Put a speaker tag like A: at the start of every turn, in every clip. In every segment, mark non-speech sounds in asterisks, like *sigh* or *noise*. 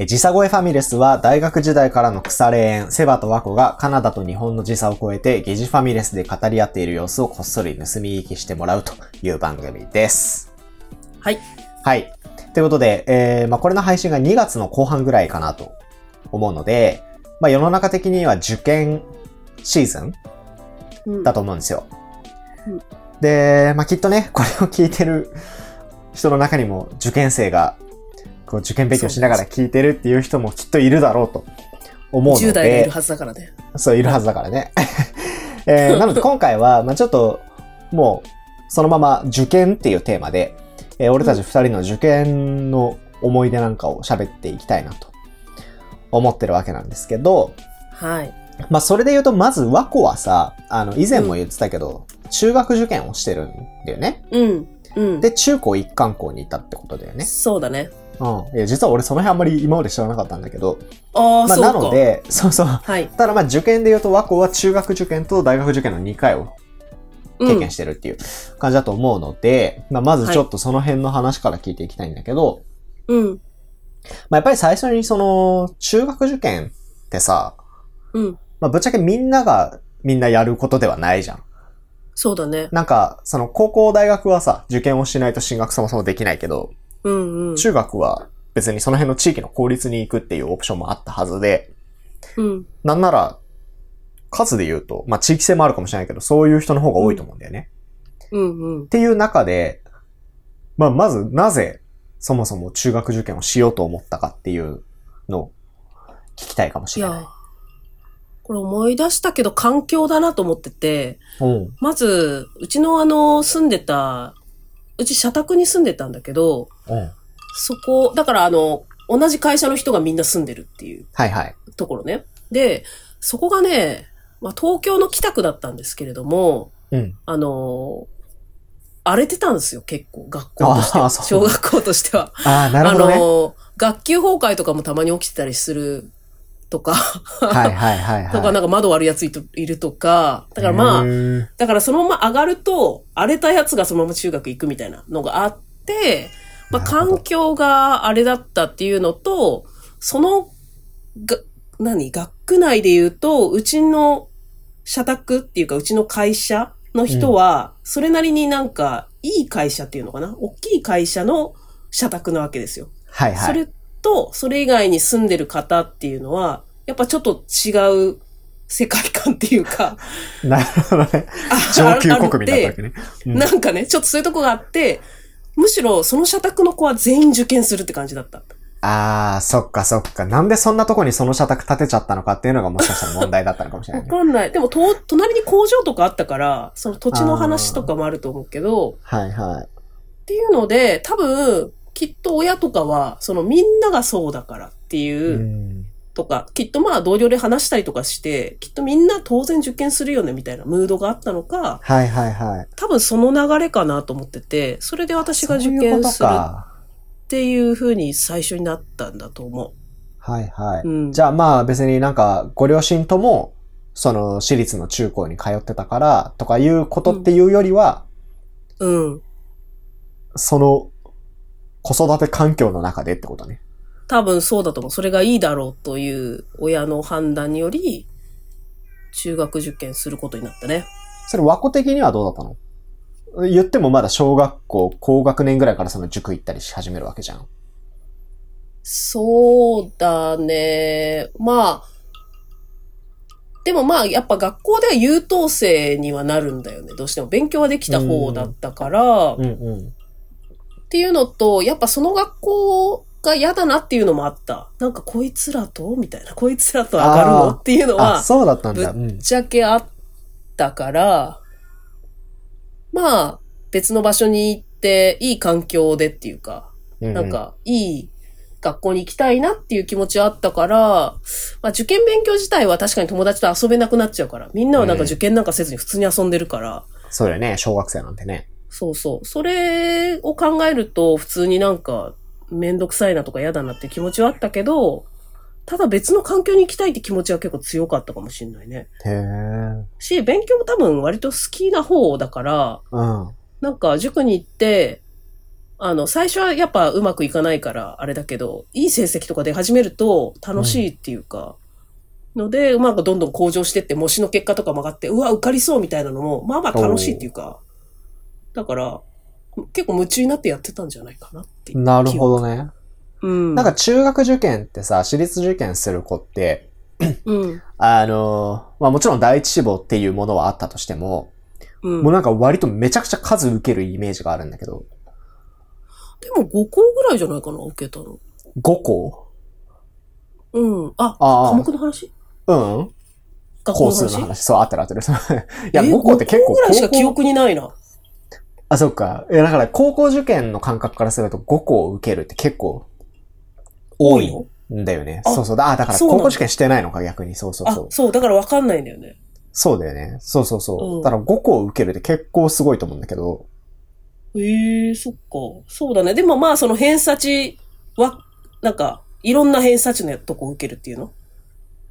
A: え時差越えファミレスは大学時代からの腐れ縁、セバとワコがカナダと日本の時差を超えて疑似ファミレスで語り合っている様子をこっそり盗み聞きしてもらうという番組です。
B: はい。
A: はい。ということで、えー、まあこれの配信が2月の後半ぐらいかなと思うので、まあ世の中的には受験シーズン
B: うん
A: だと思うんですよ。
B: うん
A: で、まあ、きっとね、 *laughs* これを聞いてる人の中にも受験生が、こう受験勉強しながら聞いてるっていう人もきっといるだろうと思うので、
B: 10代がいるはずだからね。
A: そう、いるはずだからね。 *laughs* え
B: *laughs*
A: ーなので今回は、まあ、ちょっと、もう、そのまま受験っていうテーマで、えー俺たち二人の受験の思い出なんかを喋っていきたいなと思ってるわけなんですけど、
B: はい。
A: まあ、それで言うと、まず、和子はさ、あの、以前も言ってたけど、中学受験をしてるんだよね。
B: うん。うん。
A: で、中高一貫校にいたってことだよね。
B: そうだね。
A: うん。いや、実は俺その辺あんまり今まで知らなかったんだけど。
B: ああ、
A: まあ、
B: そう
A: な
B: か。
A: ので、そうそう。
B: はい。
A: ただまあ、受験で言うと、和子は中学受験と大学受験の2回を
B: う
A: 経
B: ん
A: 験。してるっていう感じだと思うので、まあ、まずちょっとその辺の話から聞いていきたいんだけど、
B: うん。
A: まあ、やっぱり最初にその、中学受験ってさ、
B: うん。
A: まあ、ぶっちゃけみんながみんなやることではないじゃん。
B: そうだね。
A: なんか、その高校大学はさ、受験をしないと進学そもそもできないけど、
B: うんうん。
A: 中学は別にその辺の地域の公立に行くっていうオプションもあったはずで、
B: うん。
A: なんなら、数で言うと、まあ地域性もあるかもしれないけど、そういう人の方が多いと思うんだよね。
B: うんうん
A: っ。ていう中で、まあまずなぜ、そもそも中学受験をしようと思ったかっていうのを聞きたいかもし
B: い
A: れ
B: や
A: ない
B: ー。これ思い出したけど環境だなと思ってて、
A: うん。
B: まず、うちのあの、住んでた、うち社宅に住んでたんだけど、
A: うん。
B: そこ、だからあの、同じ会社の人がみんな住んでるっていう
A: はいはい。
B: ところね。で、そこがね、まあ、東京の北区だったんですけれども、
A: うん。
B: あのー荒れてたんですよ、結構、学校として
A: あ
B: は。
A: ーそう
B: 小学校としては。
A: あ *laughs* あ、なるほどね。
B: あのー学級崩壊とかもたまに起きてたりするとか、
A: はいはいはいはい。
B: *laughs* とか、なんか窓割るやついといるとか、だからまあ
A: う、ーん
B: だからそのまま上がると、荒れたやつがそのまま中学行くみたいなのがあって、まあ、
A: なるほど
B: 環境があれだったっていうのと、その、が、何、学区内で言うと、うちの社宅っていうか、うちの会社の人は、それなりになんか、いい会社っていうのかな大きい会社の社宅なわけですよ。
A: はいはい。
B: それと、それ以外に住んでる方っていうのは、やっぱちょっと違う世界観っていうか、
A: なるほどね。 *laughs* 上級国民だったわけね。うん
B: なんかね、ちょっとそういうとこがあって、むしろその社宅の子は全員受験するって感じだった。
A: ああ、そっかそっか。なんでそんなとこにその社宅建てちゃったのかっていうのがもしかしたら問題だったのかもしれ
B: わ
A: ないね。
B: かんない。でもと、隣に工場とかあったから、その土地の話とかもあると思うけど、
A: はいはい。
B: っていうので、多分、きっと親とかは、そのみんながそうだからっていうう、
A: ん。
B: とか、きっとまあ同僚で話したりとかして、きっとみんな当然受験するよねみたいなムードがあったのか、
A: はいはいはい。
B: 多分その流れかなと思ってて、それで私が受
A: そういう
B: 験
A: こと
B: するっ
A: か。
B: ていうふうに最初になったんだと思
A: はいは
B: う。
A: い。
B: うん。
A: じゃあまあ別になんかご両親とも、その私立の中高に通ってたからとかいうことっていうよりは、
B: うん。
A: その子育て環境の中でってことね。
B: 多分そうだと思う。それがいいだろうという親の判断により、中学受験することになったね。
A: それ和子的にはどうだったの言ってもまだ小学校高学年ぐらいからその塾行ったりし始めるわけじゃん。
B: そうだね。まあ、でもまあ、やっぱ学校では優等生にはなるんだよね。どうしても勉強はできた方だったから、っ
A: んうん。
B: ていうのと、やっぱその学校が嫌だなっていうのもあった。なんかこいつらとみたいな。こいつらと上がるの
A: あー
B: っていうのは
A: あ、、そうだったん
B: ぶ
A: だ。
B: っちゃけあったから、まあ、別の場所に行って、いい環境でっていうか、
A: うん。
B: なんか、いい学校に行きたいなっていう気持ちはあったから、まあ、受験勉強自体は確かに友達と遊べなくなっちゃうから、みんなはなんか
A: うん
B: 受験なんかせずに普通に遊んでるから、
A: そうだよね、小学生なんてね。
B: そうそう。それを考えると、普通になんか、めんどくさいなとか嫌だなっていう気持ちはあったけど、ただ別の環境に行きたいって気持ちは結構強かったかもしれないね。
A: へえ。
B: し、勉強も多分割と好きな方だから、
A: うん。
B: なんか塾に行って、あの、最初はやっぱうまくいかないから、あれだけど、いい成績とか出始めると楽しいっていうか、ので、うまくどんどん向上してって、模試の結果とかも上がって、うわ、受かりそうみたいなのも、まあまあ楽しいっていうか、だから、結構夢中になってやってたんじゃないかなっていう。
A: なるほどね。
B: うん。
A: なんか、中学受験ってさ、私立受験する子って、
B: うん。
A: あのーまあもちろん第一志望っていうものはあったとしても、
B: うん
A: もうなんか割とめちゃくちゃ数受けるイメージがあるんだけど、
B: でも5校ぐらいじゃないかな、受けたの。
A: 5個
B: うん。あ、
A: あ
B: 科
A: あ、
B: 目の話
A: うん
B: 学校
A: 校
B: の
A: 数
B: 話
A: の話。そう、合ってる合って *laughs* る。いや、
B: え
A: 5個って結構
B: 五校ぐらいしか
A: 高校
B: 記憶にないな。
A: あ、そっか。いや、だから高校受験の感覚からすると5個を受けるって結構多いんだよね。
B: あ
A: そうそう。あ、だから
B: そうなんだ
A: 高校受験してないのか、逆に。そうそう
B: あ
A: そ、う。
B: そう、だからわかんないんだよね。
A: そうだよね。そうそうそう。
B: うん
A: だから5個を受けるって結構すごいと思うんだけど。
B: ええそっか。そうだね。でもまあ、その偏差値は、なんか、いろんな偏差値のとこ受けるっていうの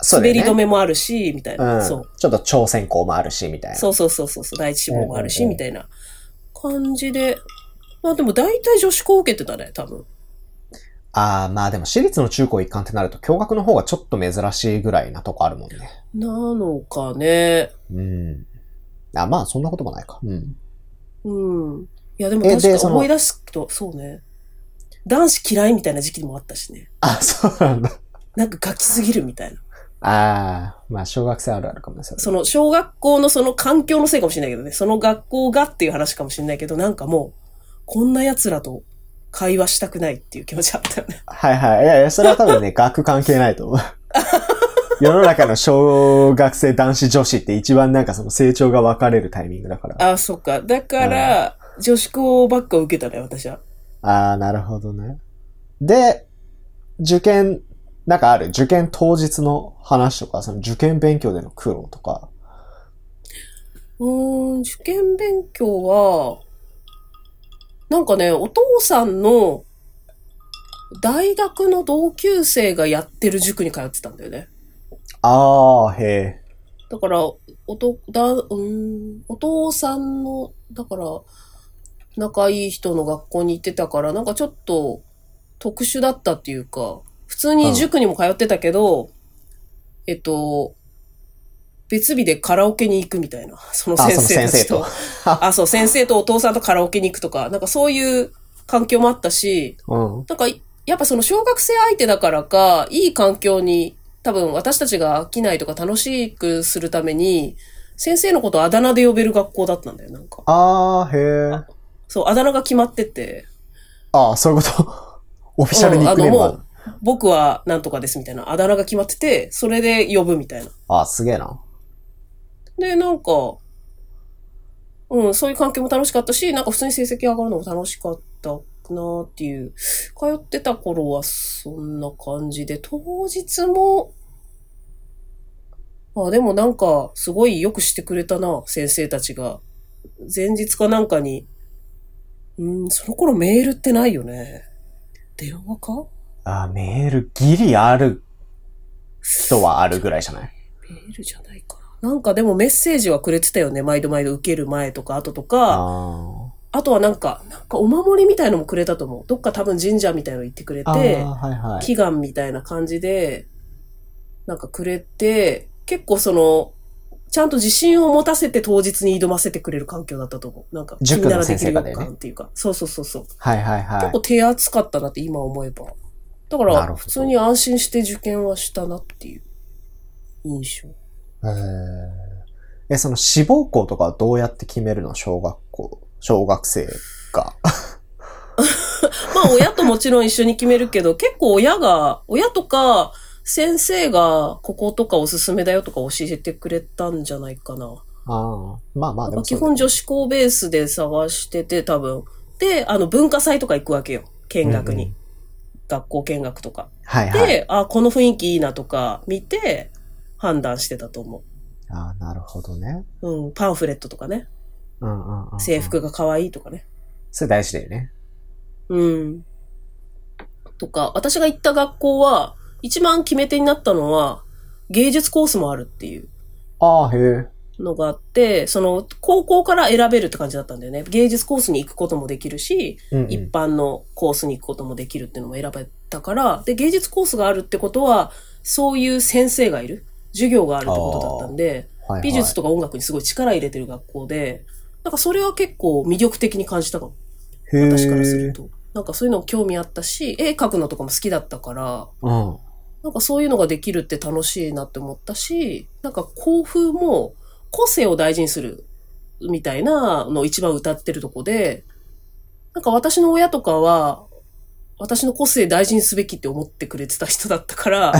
A: そうだ
B: 滑
A: よね。
B: り止めもあるし、みたい
A: う
B: な。
A: ん。
B: そう。
A: ちょっと挑戦校もあるし、みたいな。
B: そうそうそうそうそう。第一志望もあるし、
A: うんうんうん
B: みたいな感じで。まあでも大体女子校受けてたね、多分。
A: ああ、まあでも私立の中高一貫ってなると、共学の方がちょっと珍しいぐらいなとこあるもんね。
B: なのかね。
A: うん。あ、まあそんなこともないか。うん。
B: うん。いやでも
A: え
B: 確か
A: でその
B: 思い出すと、そうね。男子嫌いみたいな時期もあったしね。
A: あ、そうなんだ。
B: なんかガキすぎるみたいな。
A: ああ、まあ小学生あるあるかもしれない。
B: その小学校のその環境のせいかもしれないけどね、その学校がっていう話かもしれないけど、なんかもう、こんな奴らと会話したくないっていう気持ちあったよね。
A: はいはい。いやいや、それは多分ね、学関係ないと *laughs* 思う。世の中の小学生男子女子って一番なんかその成長が分かれるタイミングだから。
B: *laughs* ああ、そっか。だから、女子校ばっか受けたね、私は。
A: ああ、なるほどね。で、受験、なんかある受験当日の話とか、その受験勉強での苦労とか。
B: うーん、受験勉強は、なんかね、お父さんの大学の同級生がやってる塾に通ってたんだよね。
A: ああ、へえ。
B: だから、おと、だ、うーん、お父さんの、だから、仲いい人の学校に行ってたから、なんかちょっと特殊だったっていうか、普通に塾にも通ってたけど、えっと、別日でカラオケに行くみたいな、その
A: あ、
B: 先
A: その
B: 生
A: 先生
B: たちと
A: と。。
B: あ、そう、先生とお父さんとカラオケに行くとか、なんかそういう環境もあったし、
A: うん。
B: なんか、やっぱその小学生相手だからか、いい環境に、多分私たちが飽きないとか楽しくするために、先生のことをあだ名で呼べる学校だったんだよ、なんか。
A: ああ、へえ。
B: そう、あだ名が決まってて、
A: ああ、そういうこと。 *laughs* オフィシャルニックネームがある
B: うんあ僕はなんとかですみたいな、あだ名が決まってて、それで呼ぶみたいな。
A: ああ、すげえな。
B: で、なんか、うん、そういう環境も楽しかったし、なんか普通に成績上がるのも楽しかったなっていう。通ってた頃はそんな感じで、当日も、あ、でもなんか、すごいよくしてくれたな、先生たちが。前日かなんかに、うん、その頃メールってないよね。電話か
A: ああ、メールギリある人はあるぐらいじゃない
B: メールじゃないかな。なんかでもメッセージはくれてたよね。毎度毎度受ける前とか後とか。
A: あ
B: あとはなんか、なんかお守りみたいのもくれたと思う。どっか多分神社みたいの行ってくれ
A: あ。
B: て、
A: ああはいはい。
B: 祈願みたいな感じで、なんかくれて、結構その、ちゃんと自信を持たせて当日に挑ませてくれる環境だったと思う。なんか、
A: 塾の
B: 君ならできる
A: 先生
B: よ
A: がだよ
B: 感
A: ね
B: っていうか。そうそうそうそう。
A: はいはいは
B: 結構手厚かったなって今思えば。だか
A: なる
B: ら、
A: ほど
B: 普通に安心して受験はしたなっていう印象。
A: い。えー、えその志望校とかはどうやって決めるの小学校、小学生が。
B: まあ親ともちろん一緒に決めるけど、結構親が、親とか先生がこことかおすすめだよとか教えてくれたんじゃないかな。
A: ああ。まあまあ、でも
B: 基
A: そうだよ
B: 本女子校ベースで探してて多分。で、あの文化祭とか行くわけよ。見学に。
A: うんうん
B: 学校見学とか。
A: はい
B: で、
A: はい。
B: あ、この雰囲気いいなとか見て判断してたと思
A: ああ、なるほどね。
B: う。うん、パンフレットとかね。
A: うんうんうんうん。
B: 制。服が可愛いとかね。
A: それ大事だよね。
B: うん。とか、私が行った学校は、一番決め手になったのは、芸術コースもあるっていう。
A: ああ、へえ。
B: のがあって、その、高校から選べるって感じだったんだよね。芸術コースに行くこともできるし、
A: うんうん
B: 一般のコースに行くこともできるっていうのも選べたから、で、芸術コースがあるってことは、そういう先生がいる、授業があるってことだったんで、
A: はいはい
B: 美術とか音楽にすごい力入れてる学校で、なんかそれは結構魅力的に感じたかも。
A: へー
B: 私からすると。なんかそういうのも興味あったし、絵描くのとかも好きだったから、
A: うん。
B: なんかそういうのができるって楽しいなって思ったし、なんか校風も個性を大事にするみたいなのを一番歌ってるとこで、なんか私の親とかは、私の個性大事にすべきって思ってくれてた人だっ
A: *laughs*
B: たから、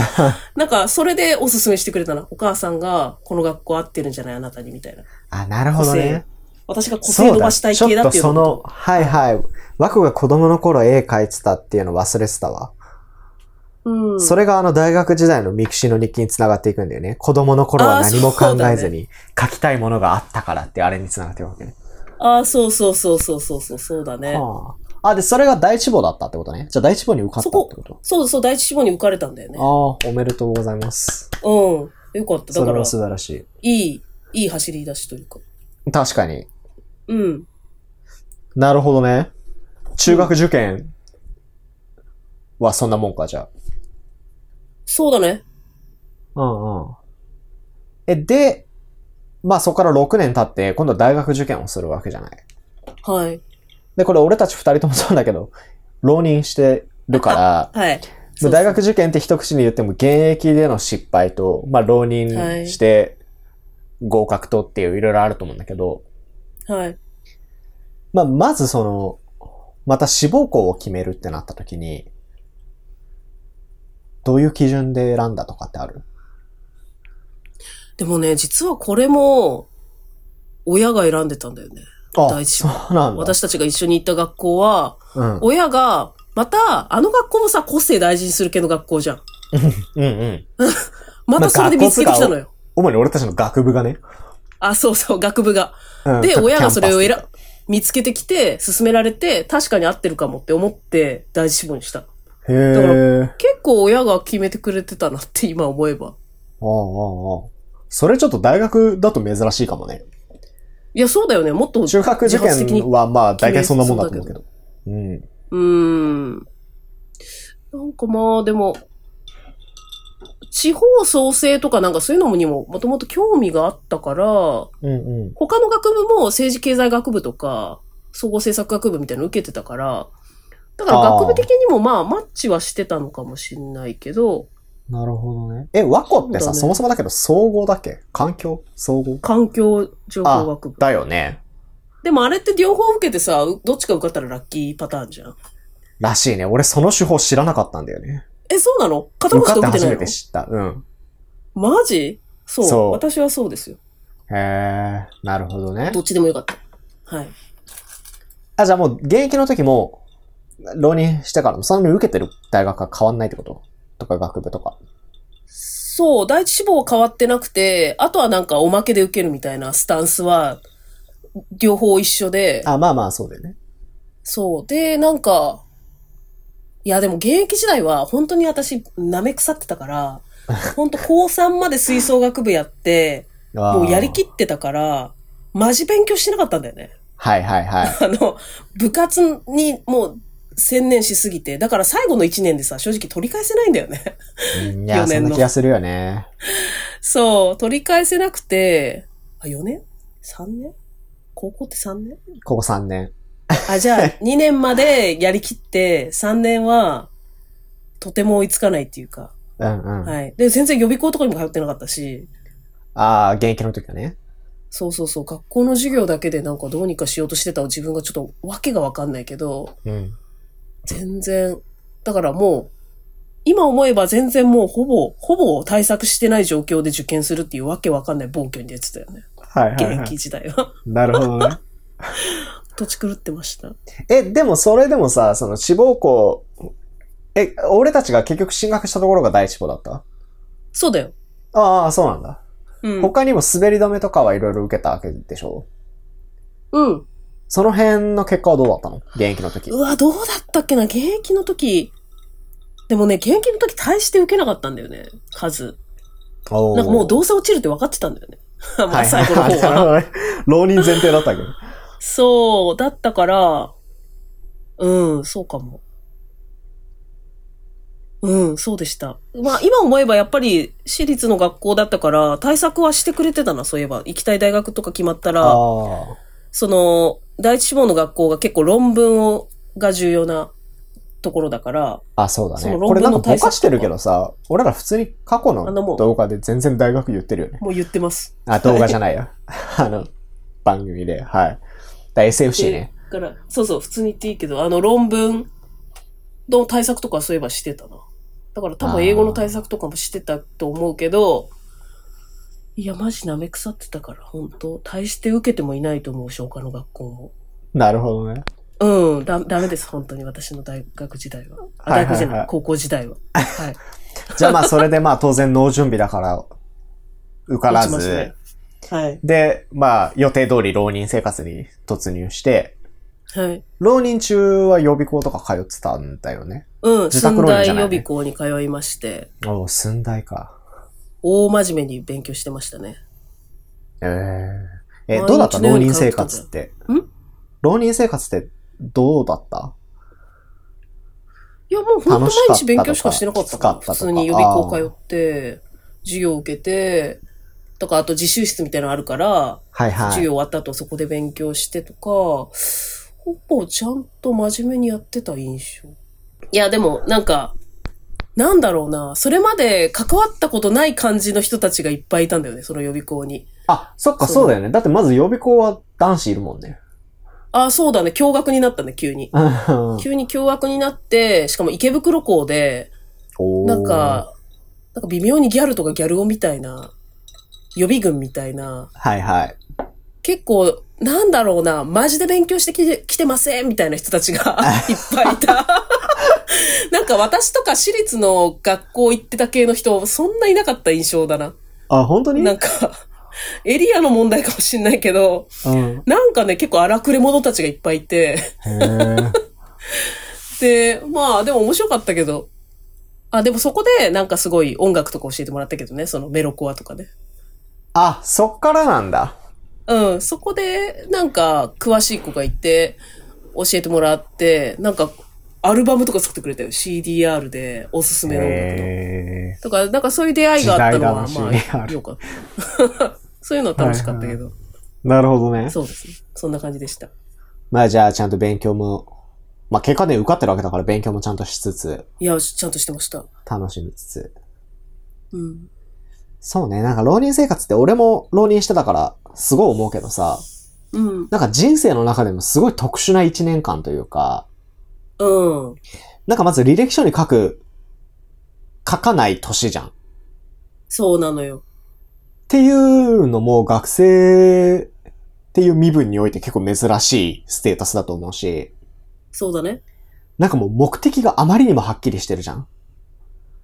B: なんかそれでおすすめしてくれたな。お母さんがこの学校合ってるんじゃないあなたにみたいな。
A: あ、なるほどね。
B: 私が個性伸ばしたい系だっていう
A: そうだち
B: の
A: ょっとその、はいはい。和子が子供の頃絵描いてたっていうの忘れてたわ。
B: うん。
A: それがあの大学時代のミクシーの日記に繋がっていくんだよね。子供の頃は何も考えずに、書きたいものがあったからってあれに繋がっていくわけね。
B: ああ、そうそうそうそうそうそう、そうだね。
A: はあ、あ、で、それが第一志望だったってことね。じゃあ第一志望に受かったってこと
B: そうそう、第一志望に受かれたんだよね。
A: ああ、おめでとうございます。
B: うん。よかった。
A: それ
B: だから
A: は、素晴らし
B: いい、いい走り出しというか。
A: い。確かに。
B: うん。
A: なるほどね。中学受験はそんなもんか、じゃあ。
B: そうだね。
A: うんうん。え、で、まあそこから6年経って、今度は大学受験をするわけじゃない。
B: はい。
A: で、これ俺たち2人ともそうだけど、浪人してるから、
B: はい。
A: ま
B: そ
A: あ
B: う
A: 大学受験って一口に言っても現役での失敗と、まあ浪人して合格とっていういろいろあると思うんだけど、
B: はい。
A: まあまずその、また志望校を決めるってなった時に、どういう基準で選んだとかってある
B: でもね、実はこれも、親が選んでたんだよね。
A: あ
B: 第、一志
A: そ
B: 望
A: うなんだ。
B: 私たちが一緒に行った学校は、
A: うん、
B: 親が、また、あの学校もさ、個性大事にする系の学校じゃん。
A: うんうん。
B: またそれで見つけてきたのよ。
A: 主に俺たちの学部がね。
B: あ、そうそう、学部が。
A: うん
B: で、
A: 各
B: 親がそれ
A: キ
B: を
A: ャン
B: 選
A: パスとか、
B: 見つけてきて、勧められて、確かに合ってるかもって思って、第一志望にした。
A: へぇ
B: だか
A: ー。ああ、
B: 結構親が決めてくれてたなって今思えば。
A: ああ、ああ。それちょっと大学だと珍しいかもね。
B: いや、そうだよね。もっと、
A: 中学受
B: 自発的に
A: 験はまあ大体そんなもんだと思うけど。うん。
B: うーん。なんかまあ、でも、地方創生とかなんかそういうのにももともと興味があったから、
A: うんうん。
B: 他の学部も政治経済学部とか、総合政策学部みたいなの受けてたから、だから
A: あー
B: 学部的にもまあ、マッチはしてたのかもしんないけど、
A: なるほどね。え、和子ってさ、
B: そうだね
A: そもそもだけど総合だっけ環境総合
B: 環境情報学部。
A: だよね。
B: でもあれって両方受けてさ、うどっちか受かったらラッキーパターンじゃん。
A: らしいね。俺その手法知らなかったんだよね。
B: え、そうなの片
A: 受
B: 方
A: か
B: しか
A: って
B: 受
A: 初め
B: けてない
A: て
B: の
A: 知った。うん。
B: マジそう
A: そう
B: 私はそうですよ。
A: へえ、なるほどね
B: ど。っちでもよかった。はい。
A: あ、じゃあもう現役の時も、浪人してからも、そんなに受けてる大学は変わんないってこととか学部とか。
B: そう、第一志望は変わってなくて、あとはなんかおまけで受けるみたいなスタンスは、両方一緒で、
A: あ、まあまあ、そうだよね。
B: そう。で、なんか、いやでも現役時代は本当に私舐め腐って
A: *laughs*
B: たから、本当高3まで吹奏楽部やって、もうやりき
A: っ
B: ってたから、マジ勉強してなかったんだよね。 *laughs*
A: はいはいはい。
B: あの、部活にもう専念しすぎて、だから最後の1年でさ、正直取り返せないんだよね。 *laughs*
A: うんいや、
B: 4
A: そ
B: 年
A: ん
B: の
A: な気がするよね。
B: そう、取り返せなくて、あ、4年 ?3 年高校って3年
A: ここ3年。
B: あ、じゃあ、2年までやりきって、3年は、とても追いつかないっていうか。
A: うんうん。
B: はい。で、全然予備校とかにも通ってなかったし、
A: ああ、現役の時はね。
B: そうそうそう、学校の授業だけでなんかどうにかしようとしてた自分がちょっとわけがわかんないけど、
A: うん。
B: 全然、だからもう、今思えば全然もうほぼ、ほぼ対策してない状況で受験するっていうわけわかんない暴挙に出てたよね。
A: はいはい、
B: 現
A: はい
B: 役。時代は。 *laughs*
A: なるほどね。 *laughs*
B: 土地狂ってました。
A: え、でもそれでもさ、その志望校、え、俺たちが結局進学したところが第一志望だった
B: そうだよ。
A: ああ、そうなんだ。
B: うん。
A: 他にも滑り止めとかはいろいろ受けたわけでしょ
B: うん。
A: その辺の結果はどうだったの現役の時。
B: うわ、どうだったっけな、現役の時。でもね、現役の時大して受けなかったんだよね、数。
A: おー
B: なんかもうどうせ落ちるって分かってたんだよね。 *laughs* まあ最後の方かな。
A: な。 *laughs* 浪人前提だったけど。
B: そう、だったから、うん、そうかも。うん、そうでした。まあ、今思えばやっぱり私立の学校だったから、対策はしてくれてたな、そういえば。行きたい大学とか決まったら、
A: あ
B: その、第一志望の学校が結構論文を、が重要なところだから、
A: あ。あ、そうだ
B: そ
A: ね。
B: の
A: これなんか
B: 論文の対
A: ぼか
B: 策
A: してるけどさ、俺ら普通に過去
B: あのも
A: の
B: う
A: 動画で全然大学言ってるよね。
B: もう言ってます。
A: あ、動画じゃないよ。 *laughs* あの、番組で。はい。だ SFC ね。
B: だから、そうそう、普通に言っていいけど、あの論文の対策とかそういえばしてたな。だから多
A: あー
B: 分英語の対策とかもしてたと思うけど、いや、マジ舐め腐ってたから、本当大して受けてもいないと思う、消化の学校も。
A: なるほどね。
B: うん、だ、ダメです、本当に私の大学時代は。あ
A: はいはいはい
B: 大学じゃない、高校時代は。はい。
A: じゃあまあそれでまあ当然脳準備だから、受から
B: 落ちましたね
A: ず。
B: はい。
A: で、まあ予定通り浪人生活に突入して、
B: はい。
A: 浪人中は予備校とか通ってたんだよね。
B: うん、
A: 自宅
B: 寸
A: 浪人
B: 大
A: じゃ
B: 予
A: ないね
B: 備校に通いまして、
A: おう寸大か。
B: 大真面目に勉強してましたね。
A: えええ、
B: 毎日
A: どうだった
B: のよ
A: 浪
B: うに
A: 人
B: 通っ
A: 生
B: てたんだ
A: 活って。
B: ん
A: 浪人生活ってどうだった
B: いや、もう本当
A: 楽しかったと
B: 毎
A: か
B: 日勉強しかしてなかったか
A: きつかっ
B: ら
A: たとか
B: 普通に予備校通って、授業受けて、とか、あと自習室みたいなのあるから、
A: はいは
B: 授
A: い。
B: 業終わった後そこで勉強してとか、ほぼちゃんと真面目にやってた印象。いや、でも、なんか、なんだろうな、それまで関わったことない感じの人たちがいっぱいいたんだよね、その予備校に。
A: あ、そっか
B: そう
A: そうだよね。だってまず予備校は男子いるもん
B: *laughs*
A: ね。
B: ああ、そうだね、驚愕になったね、急に。
A: うん
B: 急に驚愕になって、しかも池袋校で、
A: おー
B: なんか、なんか微妙にギャルとかギャル男みたいな、予備軍みたいな、
A: はいはい。
B: 結構、なんだろうな、マジで勉強してきてきてませんみたいな人
A: *laughs*
B: たちがいっぱいいた。なんか私とか私立の学校行ってた系の人、そんないなかった印象だな。
A: あ、本当に
B: なんか、エリアの問題かもしんないけど、
A: うん。
B: なんかね、結構荒くれ者たちがいっぱいいて、
A: へー
B: で、まあ、でも面白かったけど、あ、でもそこでなんかすごい音楽とか教えてもらったけどね、そのメロコアとかね。
A: あ、そっからなんだ。
B: うん、そこで、なんか、詳しい子がいて、教えてもらって、なんか、アルバムとか作ってくれたよ。CDR で、おすすめの音楽の。
A: へー
B: とか、なんかそういう出会いがあったのは、
A: 時代だ
B: ま
A: な CDR
B: あ、よかった。 *laughs* そういうのは楽しかったけど、
A: なるほどね。
B: そうですね。そんな感じでした。
A: まあじゃあちゃんと勉強も、まあ結果ね、受かってるわけだから勉強もちゃんとしつつ、
B: いや、ちゃんとしてました。
A: 楽しみつつ。
B: うん。
A: そうね、なんか浪人生活って俺も浪人してたから、すごい思うけどさ、
B: うん。
A: なんか人生の中でもすごい特殊な一年間というか、
B: うん。
A: なんかまず履歴書に書く、書かない年じゃん。っ
B: そうなのよ。
A: ていうのも学生っていう身分において結構珍しいステータスだと思うし、
B: そうだね。
A: なんかもう目的があまりにもはっきりしてるじゃん。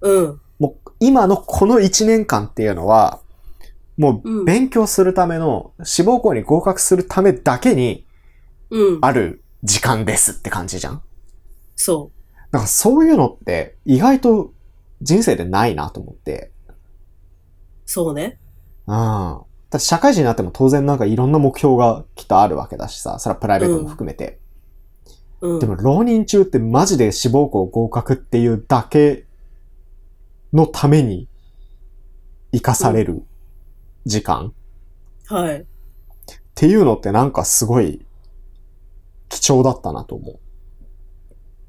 B: うん。
A: もう今のこの1年間っていうのは、も
B: う
A: うん勉強するための、志望校に合格するためだけに
B: うん。
A: ある時間ですって感じじゃん。
B: そ
A: なんかそういうのって意外と人生でないなと思って。
B: う。そうね。
A: うん。だって社会人になっても当然なんかいろんな目標がきっとあるわけだしさ、それはプライベートも含めて。
B: うん。
A: でも浪人中ってマジで志望校合格っていうだけのために生かされる時間。
B: はい。
A: っていうのってなんかすごい貴重だったなと思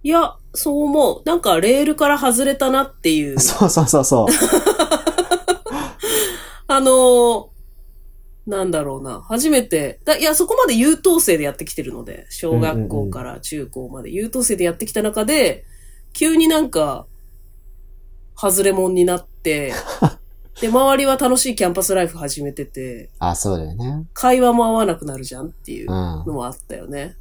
B: いや、そう思う。なんか、レールから外れたなっていう
A: う。。そうそうそう *laughs* そう。
B: あのーなんだろうな。初めてだ、いや、そこまで優等生でやってきてるので、小学校から中高まで優等生でやってきた中で、急になんか、外れ者になって、で、周りは楽しいキャンパスライフ始めてて、
A: あ、そうだよね。
B: 会話も合わなくなるじゃんってい
A: う
B: うの
A: ん。
B: もあったよね。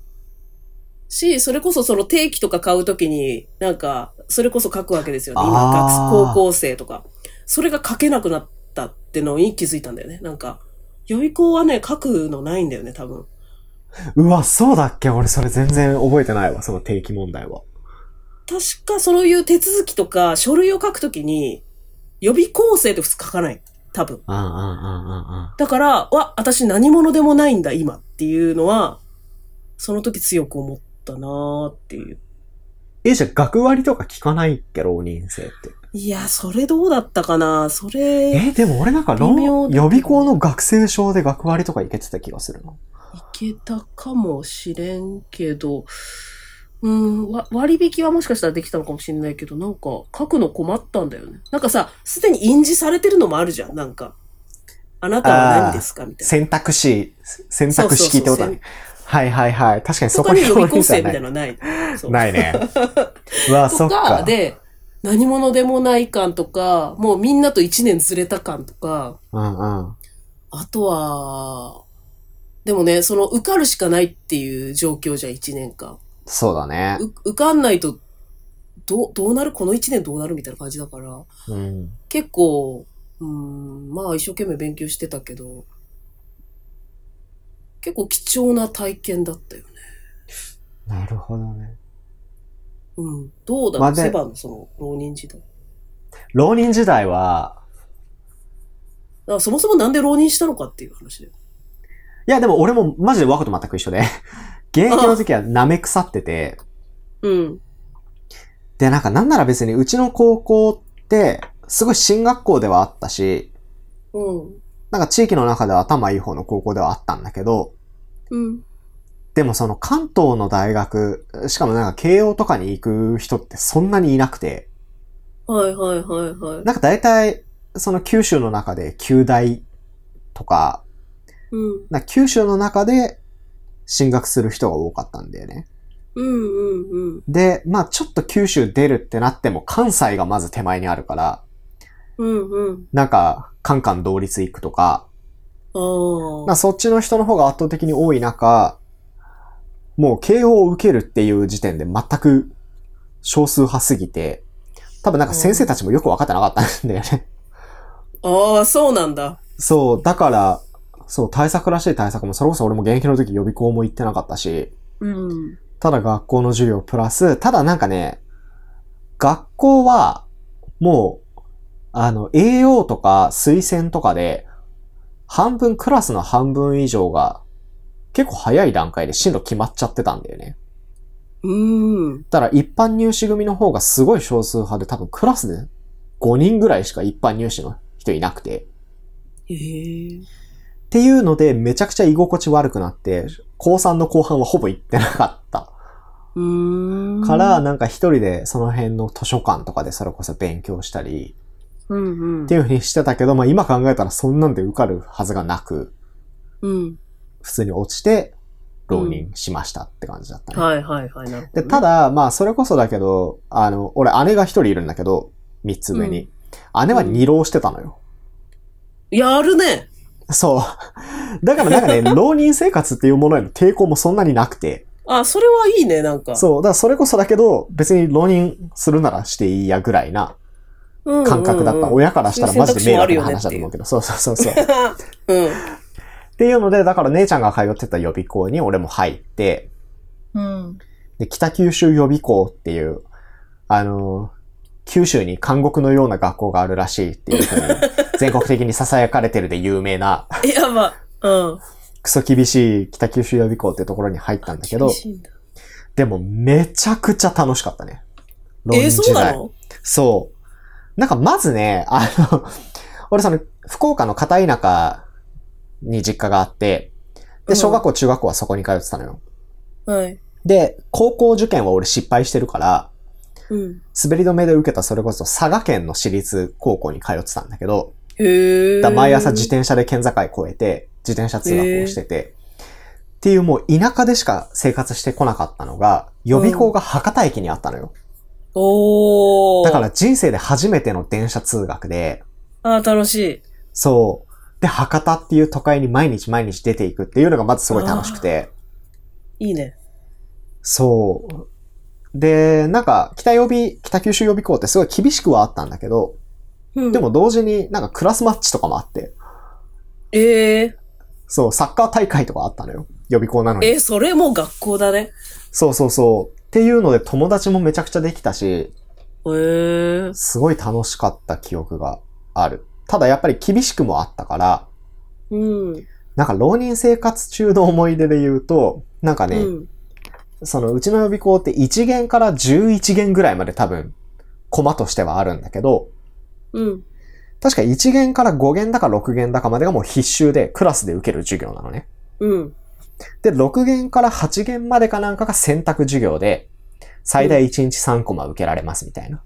B: し、それこそその定期とか買うときに、なんか、それこそ書くわけですよね。今、
A: あー
B: 学高校生とか。それが書けなくなったってのに気づいたんだよね。なんか、予備校はね、書くのないんだよね、多分。
A: うわ、そうだっけ俺それ全然覚えてないわ、その定期問題は。
B: 確かそういう手続きとか、書類を書くときに、予備校生って普通書かない。多分。
A: うんうんうんうんうん。
B: だから、わ、私何者でもないんだ、今っていうのは、その時強く思ったなーっていう。
A: え、じゃあ学割とか聞かないっけ、浪人生って。
B: いや、それどうだったかなそれ、い
A: え、でも俺なんか浪
B: 微妙だけ
A: 予
B: ど
A: 備校の学生証で学割とか行けてた気がするな。
B: けたかもしれんけど、うん、わ割引はもしかしたらできたのかもしれないけど、なんか書くの困ったんだよね。なんかさ、すでに印字されてるのもあるじゃん、なんか。あなたは何ですかみたいな。
A: 選択肢、選択式ってことだね。はいはいはい。確かにそ
B: そ
A: こ
B: こ
A: に
B: に予備校生みたいな
A: な
B: のない。そ
A: いうないね。う
B: *laughs*
A: わ、そ
B: と
A: っ
B: か
A: か。
B: で、何者でもない感とか、もうみんなと一年ずれた感とか、
A: うんうん。
B: あとは、でもね、その受かるしかないっていう状況じゃん、一年間。
A: そうだね。
B: う受かんないと、どう、どうなるこの一年どうなるみたいな感じだから、
A: うん。
B: 結構、うん、まあ一生懸命勉強してたけど、結構貴重な体験だったよね。
A: なるほどね。
B: うん。どうだろ
A: まあ
B: う、
A: で
B: セバのその、浪人時代。
A: 浪人時代は、
B: だからそもそもなんで浪人したのかっていう話で。
A: いやでも俺もマジでワコと全く一緒で、 *laughs* 現役の時は舐め腐ってて、
B: うん。
A: で、なんかなんなら別にうちの高校って、すごい進学校ではあったし、
B: うん。
A: なんか地域の中では頭いい方の高校ではあったんだけど、
B: うん。
A: でもその関東の大学、しかもなんか慶応とかに行く人ってそんなにいなくて、
B: はいはいはいはい。
A: なんか大体その九州の中で九大とか、
B: うん。
A: なんか九州の中で進学する人が多かったんだよね。
B: うんうんうん。
A: で、まあちょっと九州出るってなっても関西がまず手前にあるから、
B: うんうん。
A: なんかカンカン同率行くとか、ま
B: あ
A: あ
B: あ。
A: そっちの人の方が圧倒的に多い中、もう慶応を受けるっていう時点で全く少数派すぎて、多分なんか先生たちもよく分かってなかったんだよね。
B: ああ、そうなんだ。
A: そう、だから、そう、対策らしい対策も、それこそ俺も現役の時予備校も行ってなかったし、
B: うん。
A: ただ学校の授業プラス、ただなんかね、学校は、もう、あの、AO とか推薦とかで、半分、クラスの半分以上が、結構早い段階で進路決まっちゃってたんだよね。
B: うん。
A: ただ一般入試組の方がすごい少数派で、多分クラスで5人ぐらいしか一般入試の人いなくて。
B: へえ。
A: っていうので、めちゃくちゃ居心地悪くなって、高3の後半はほぼ行ってなかった。
B: うーん。
A: から、、なんか一人でその辺の図書館とかでそれこそ勉強したり、
B: うんうん。
A: っていうふうにしてたけど、まあ今考えたらそんなんで受かるはずがなく、
B: うん。
A: 普通に落ちて、浪人しましたって感じだったね。
B: はいはいはい。なるほど、
A: で、た
B: だ、
A: だ、まあそれこそだけど、あの、俺姉が一人いるんだけど、三つ上に。姉は二浪してたのよ。
B: やるね。
A: そう。 *laughs* だからなんか
B: *laughs*
A: ね、浪人生活っていうものへの抵抗もそんなになくて、
B: あ、それはいいね、なんか。
A: そう。だからそれこそだけど、別に浪人するならしていいやぐらいな
B: うんうんうん
A: 感覚だった。親からしたらマジで迷惑な話だと思うけど。そうそうそうそう。っ
B: うん。
A: ていうので、だから姉ちゃんが通ってた予備校に俺も入って、
B: うん。
A: で、北九州予備校っていう、あのー、九州に監獄のような学校があるらしいっていうふうに、全国的に囁かれてるで有名な、 *laughs*
B: いや、まあ、うん。
A: クソ厳しい北九州予備校っていうところに入ったんだけど
B: 厳、しいんだ
A: でもめちゃくちゃ楽しかったね。浪
B: えー、
A: 人
B: そう
A: 時
B: な
A: 代。
B: の
A: そう。なんかまずね、あの、 *laughs* 俺その、福岡の片田舎に実家があって、
B: う
A: で、
B: ん
A: 小学校、中学校はそこに通ってたのよ。
B: はい。
A: で、高校受験は俺失敗してるから、
B: うん。
A: 滑り止めで受けたそれこそ佐賀県の私立高校に通ってたんだけど、
B: へえ。
A: だ毎朝自転車で県境越えて、自転車通学をしてて、っていうもう田舎でしか生活してこなかったのが、予備校が博多駅にあったのよ。
B: おー。
A: だから人生で初めての電車通学で、
B: あー、楽しい。
A: そう。で、博多っていう都会に毎日毎日出ていくっていうのがまずすごい楽しくて。
B: いいね。
A: そう。で、なんか、北予備、北九州予備校ってすごい厳しくはあったんだけど、
B: うん。
A: でも同時になんかクラスマッチとかもあって、
B: ええ
A: そう、サッカー大会とかあったのよ。予備校なの
B: え
A: に。
B: ー、それもう学校だね。
A: そうそうそう。っていうので友達もめちゃくちゃできたし、
B: へえ。
A: すごい楽しかった記憶がある。ただやっぱり厳しくもあったから、
B: うん。
A: なんか浪人生活中の思い出で言うと、なんかね、
B: うん。
A: そのうちの予備校って1限から11限ぐらいまで多分、コマとしてはあるんだけど、
B: うん。
A: 確か1限から5限だか6限だかまでがもう必修でクラスで受ける授業なのね。
B: うん。
A: で、6限から8限までかなんかが選択授業で、最大1日3コマ受けられますみたいな。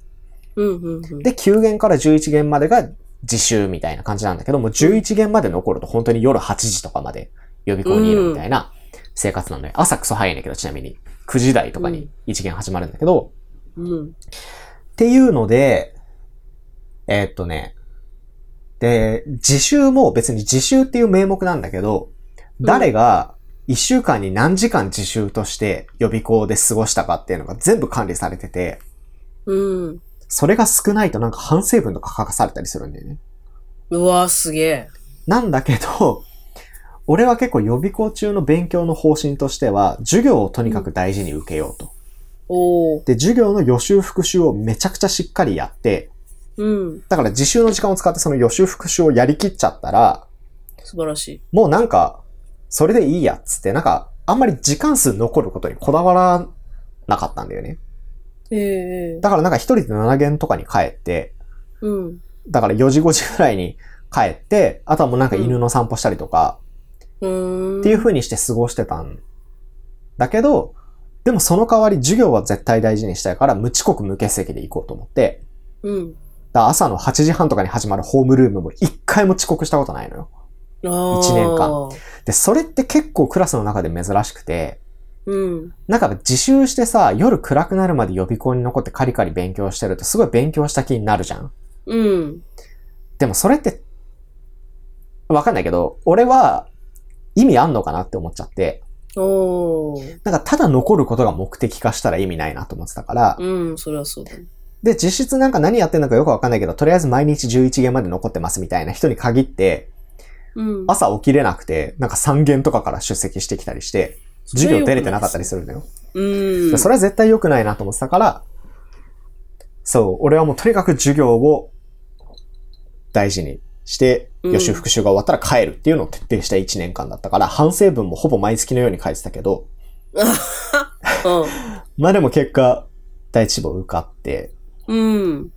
B: うん。うん。うん
A: で、9限から11限までが自習みたいな感じなんだけど、もう11限まで残ると本当に夜8時とかまで予備校にいるみたいな生活なので、朝クソ早いんだけど、ちなみに9時台とかに1限始まるんだけど、
B: うん。
A: っていうので、えーっとね、で、自習も別に自習っていう名目なんだけど、誰が一週間に何時間自習として予備校で過ごしたかっていうのが全部管理されてて、
B: うん。
A: それが少ないとなんか反省文とか書かされたりするんだよね。
B: うわーすげえ。
A: なんだけど、俺は結構予備校中の勉強の方針としては、授業をとにかく大事に受けようと。
B: おお。
A: で、授業の予習復習をめちゃくちゃしっかりやって、
B: うん。
A: だから自習の時間を使ってその予習復習をやりきっちゃったら、
B: 素晴らしい。
A: もうなんか、それでいいやっつって、なんか、あんまり時間数残ることにこだわらなかったんだよね。
B: ええええ
A: だからなんか一人で7限とかに帰って、
B: うん。
A: だから4時5時ぐらいに帰って、あとはもうなんか犬の散歩したりとか、
B: うーん。
A: っていう風にして過ごしてたんだけど、でもその代わり授業は絶対大事にしたいから、無遅刻無欠席で行こうと思って、
B: う
A: だ
B: ん。
A: から朝の8時半とかに始まるホームルームも一回も遅刻したことないのよ。
B: あ
A: 一年間
B: あ。
A: で、それって結構クラスの中で珍しくて、
B: うん。
A: なんか自習してさ、夜暗くなるまで予備校に残ってカリカリ勉強してるとすごい勉強した気になるじゃん。
B: うん。
A: でもそれって、わかんないけど、俺は意味あんのかなって思っちゃって、
B: おお。
A: なんかただ残ることが目的化したら意味ないなと思ってたから、
B: うん、それはそうだね。
A: で、実質なんか何やってんのかよくわかんないけど、とりあえず毎日11限まで残ってますみたいな人に限って、
B: うん。
A: 朝起きれなくて、なんか3限とかから出席してきたりして、授業出れてなかったりするのよ。
B: うん。
A: それは絶対良くないなと思ってたから、そう、俺はもうとにかく授業を大事にして、
B: うん
A: 予習復習が終わったら帰るっていうのを徹底した1年間だったから、反省文もほぼ毎月のように書いてたけど、まあでも結果、第一志望受かって、
B: うん。うん。
A: っ